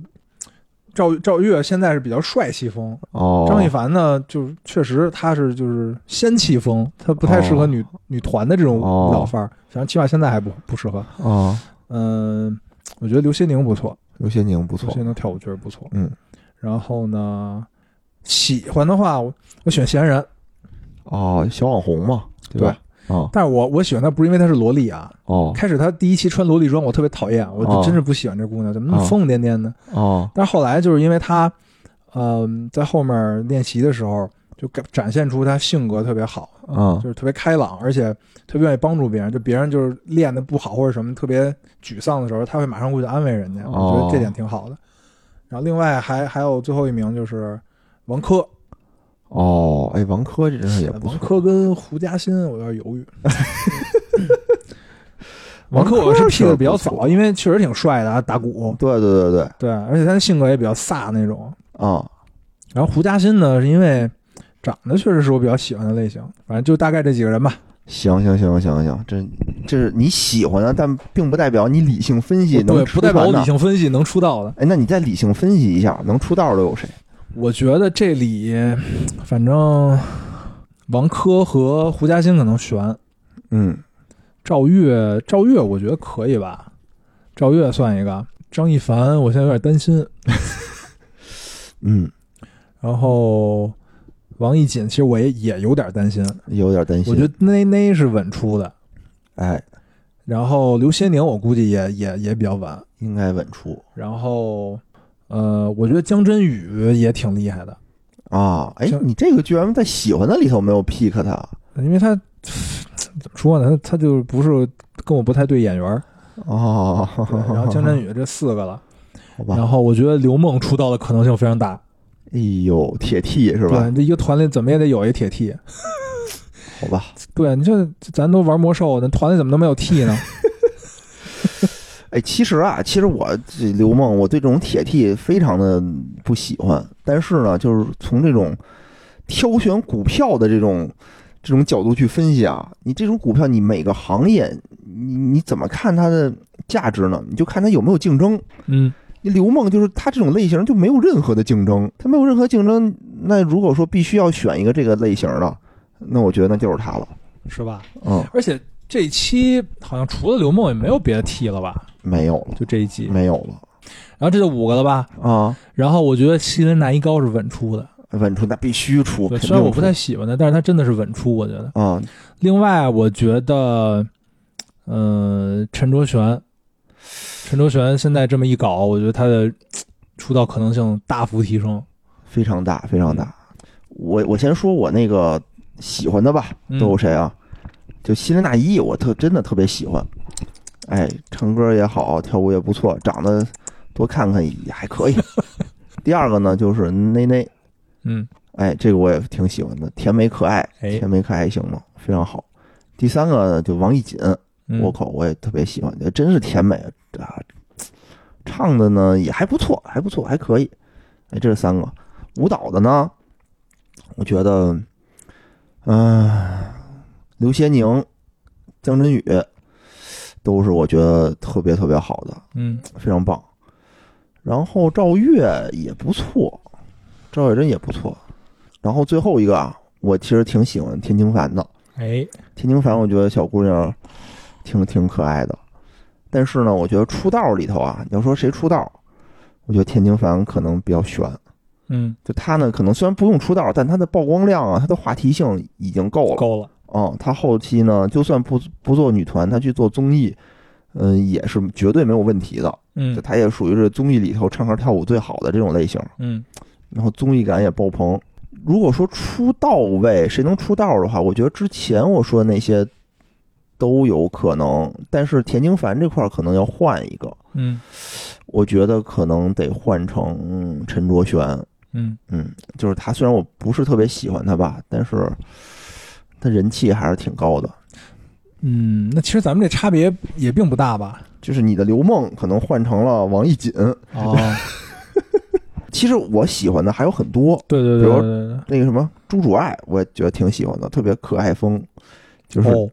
赵赵月现在是比较帅气风，哦，张一凡呢，就是确实他是就是仙气风，他不太适合哦女、女团的这种哦舞蹈范儿，反正起码现在还不不适合。哦，嗯、我觉得刘心宁不错，刘些宁不刘错心，宁跳舞确实不错。嗯，然后呢，喜欢的话，我我选闲人，哦，小网红嘛，对吧？啊但是我我喜欢她不是因为她是萝莉啊。哦开始她第一期穿萝莉装，我特别讨厌，我哦就真是不喜欢这姑娘，怎么那么哦疯疯癫癫的？哦但是后来就是因为她，嗯、在后面练习的时候，就给展现出她性格特别好，嗯就是特别开朗，而且特别愿意帮助别人。就别人就是练的不好或者什么特别沮丧的时候，她会马上过去安慰人家，我觉哦得这点挺好的。然后另外还还有最后一名就是王珂，哦，哎，王珂这真是也不呃王错。珂跟胡嘉欣，我有点犹 豫。王王珂珂我是确 P 的比较不错早，因为确实挺帅的，啊，打鼓，对对对对，对，而且他的性格也比较飒那种。啊、然后胡嘉欣呢，是因为长得确实是我比较喜欢的类型，反正就大概这几个人吧。行行行行行，这这是你喜欢的，但并不代表你理性分析能哦对，不代表出我团的。理性分析能出道的。哎，那你再理性分析一下，能出道的有谁？我觉得这里，反正王珂和胡嘉欣可能悬，嗯，赵月，赵月我觉得可以吧，赵月算一个。张一凡，我现在有点担心。嗯，然后王艺瑾，其实我也也有点担心，有点担心。我觉得奈奈是稳出的，哎，然后刘些宁我估计也也也比较稳，应该稳出然后呃，我觉得江真宇也挺厉害的，啊。哎行，你这个居然在喜欢的里头没有 pick 他因为他怎么说呢，他他就不是跟我不太对眼缘儿，哦， 对然后江真宇这四个了，好然吧，后我觉得刘梦出道的可能性非常大，哎呦，铁 T 是吧？对，这一个团里怎么也得有一铁 T，好吧，对，你这咱都玩魔兽，那团里怎么能没有 T 呢？哎，其实啊，其实我这刘梦，我对这种铁 T 非常的不喜欢，但是呢，就是从这种挑选股票的这种。这种角度去分析啊，你这种股票，你每个行业，你你怎么看它的价值呢？你就看它有没有竞争。嗯，你刘梦就是他这种类型就没有任何的竞争，他没有任何竞争。那如果说必须要选一个这个类型的，那我觉得那就是他了。是吧？嗯，而且这一期好像除了刘梦也没有别的 T 了吧？没有了，就这一季，没有了然后这就五个了吧？啊！然后我觉得西林娜一高是稳出的，稳出那必须出，对，肯定虽然我不出太喜欢她，但是她真的是稳出，我觉得。啊，另外，我觉得，呃，陈卓璇，陈卓璇现在这么一搞，我觉得她的嘖出道可能性大幅提升。非常大，非常大。我我先说我那个喜欢的吧，嗯都有谁啊？就西林娜依，我特真的特别喜欢。哎，唱歌也好，跳舞也不错，长得多看看也还可 以。第二个呢，就是内内。嗯，哎，这个我也挺喜欢的，甜美可爱，哎甜美可爱型的非常好。第三个呢，就王艺瑾，嗯我靠，我也特别喜欢，真是甜美啊！唱的呢也还不错，还不错，还可以。哎，这是三个。舞蹈的呢，我觉得，嗯、刘些宁、江晨宇都是我觉得特别特别好的。嗯，非常棒。然后赵月也不错，赵月珍也不错。然后最后一个啊，我其实挺喜欢田青凡的。哎，田青凡，我觉得小姑娘挺挺可爱的。但是呢，我觉得出道里头啊，你要说谁出道，我觉得田青凡可能比较悬。嗯，就她呢，可能虽然不用出道，但她的曝光量啊，她的话题性已经够了。够了，嗯，她后期呢，就算不不做女团，她去做综艺，嗯、也是绝对没有问题的。嗯就他也属于是综艺里头唱歌跳舞最好的这种类型，嗯然后综艺感也爆棚。如果说出道位谁能出道的话，我觉得之前我说的那些都有可能，但是田径凡这块儿可能要换一个，嗯我觉得可能得换成陈卓璇。嗯，嗯，就是他虽然我不是特别喜欢他吧，但是他人气还是挺高的。嗯，那其实咱们这差别也并不 大吧？就是你的刘梦可能换成了王艺瑾，哦，其实我喜欢的还有很多，对对对对对对，那个什么朱主爱，我也觉得挺喜欢的，特别可爱风。就是，哦，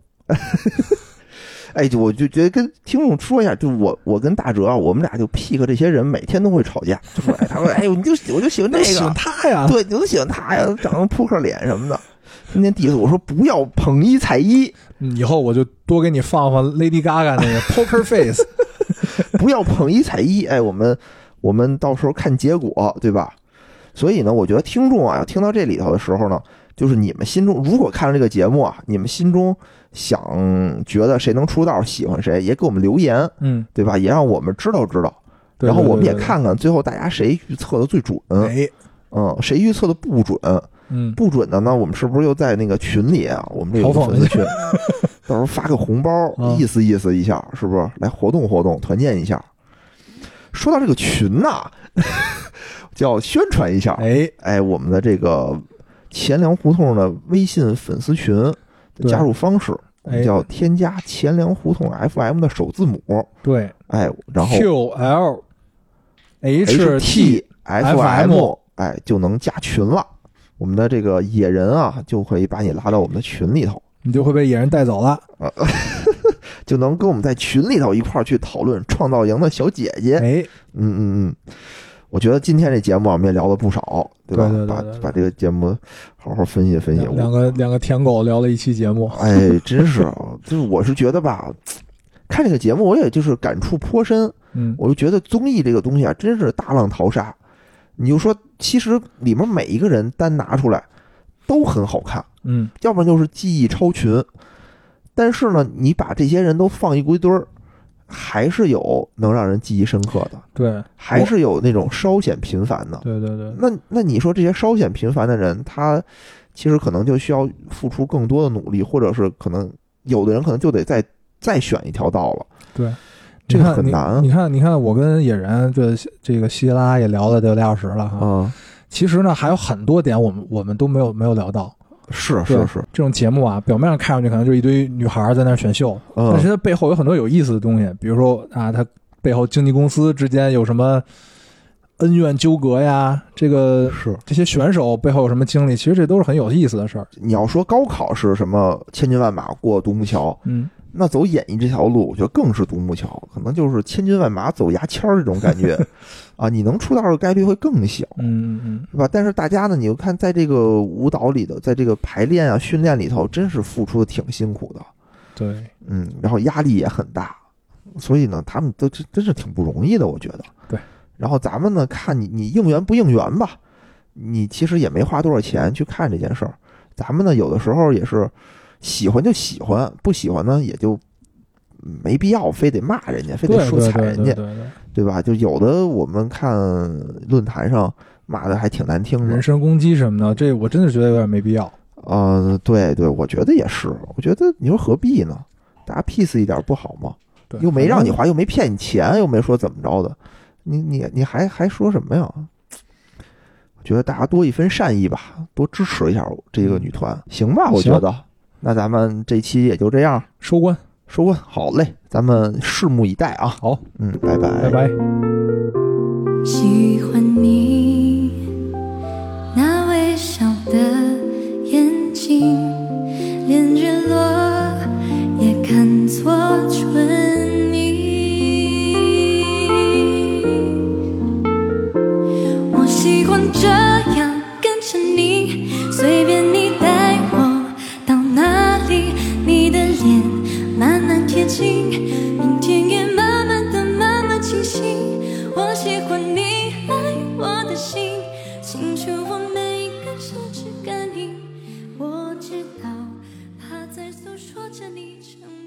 哎，就我就觉得跟听众说一下，就我我跟大哲啊，我们俩就 pick 这些人，每天都会吵架。 就说，哎，他说，哎呦，你就我就喜欢这那喜欢个，他啊呀，对，你就喜欢他呀，长得扑克脸什么的。天天 diss 我说不要捧一踩一，嗯以后我就多给你放放 Lady Gaga 那个 Poker Face，不要捧一踩一。哎，我们我们到时候看结果，对吧？所以呢，我觉得听众啊，要听到这里头的时候呢，就是你们心中如果看了这个节目啊，你们心中想觉得谁能出道，喜欢谁，也给我们留言，嗯，对吧？也让我们知道知道。对然后我们也，对对对看看最后大家谁预测的最准，哎，嗯，谁预测的不准，嗯，不准的呢，我们是不是又在那个群里啊？我们这有嘲讽粉丝群，到时候发个红包，嗯意思意思一下，是不是？来活动活动，团建一下。说到这个群呐、 就要宣传一下，哎，哎，我们的这个钱粮胡同的微信粉丝群的对加入方式，我们哎叫添加钱粮胡同 FM 的首字母，对哎，然后，Q L H HT T， FM，哎，就能加群了。我们的这个野人啊，就可以把你拉到我们的群里头，你就会被野人带走了，就能跟我们在群里头一块儿去讨论创造营的小姐姐。哎，嗯嗯嗯，我觉得今天这节目啊我们也聊了不少，吧？对对对对对把把这个节目好好分析分析。两两个两个舔狗聊了一期节目，哎，真是啊，就是我是觉得吧，看这个节目我也就是感触颇深。嗯，我就觉得综艺这个东西啊，真是大浪淘沙。你就说，其实里面每一个人单拿出来，都很好看，嗯要不然就是技艺超群。但是呢，你把这些人都放一堆儿，还是有能让人记忆深刻的，对还是有那种稍显平凡的。对对对，那那你说这些稍显平凡的人，他其实可能就需要付出更多的努力，或者是可能有的人可能就得再再选一条道了。对，这个你看很你难啊你看，你看，我跟野人这这个稀里拉拉也聊了得有俩小时了哈。啊、其实呢，还有很多点我们我们都没有没有聊到。是对是是，这种节目啊，表面上看上去可能就是一堆女孩儿在那儿选秀，但嗯，是它背后有很多有意思的东西，比如说啊，它背后经纪公司之间有什么恩怨纠葛呀，这个是。这些选手背后有什么经历，其实这都是很有意思的事儿。你要说高考是什么千军万马过独木桥，嗯，那走演艺这条路，我觉得更是独木桥，可能就是千军万马走牙签儿这种感觉啊，你能出道的概率会更小，嗯嗯是吧？但是大家呢，你就看在这个舞蹈里头，在这个排练啊、训练里头，真是付出的挺辛苦的，嗯，对，嗯，然后压力也很大，所以呢，他们都真真是挺不容易的，我觉得。对。然后咱们呢，看你你应援不应援吧，你其实也没花多少钱去看这件事儿。咱们呢，有的时候也是喜欢就喜欢，不喜欢呢也就没必要非得骂人家，非对得对说对踩人家，对对对，对吧？就有的我们看论坛上骂的还挺难听的人，身攻击什么的，这我真的觉得有点没必要。呃，对对，我觉得也是，我觉得你说何必呢？大家 peace 一点不好吗？对，又没让你反花，又没骗你钱，又没说怎么着的，你你你还还说什么呀？我觉得大家多一分善意吧，多支持一下这个女团，行吧？我觉嗯行得，那咱们这期也就这样正收官，收官，好嘞，咱们拭目以待啊。好，嗯，拜拜，拜拜。喜欢你那微笑的眼睛，连日落也看作春意。我喜欢这样跟着你，随便你带我到哪里，你的脸慢慢贴近，明天也慢慢的慢慢清醒。我喜欢你爱我的心，清楚我每一个手指感应。我知道他在诉说着你沉默。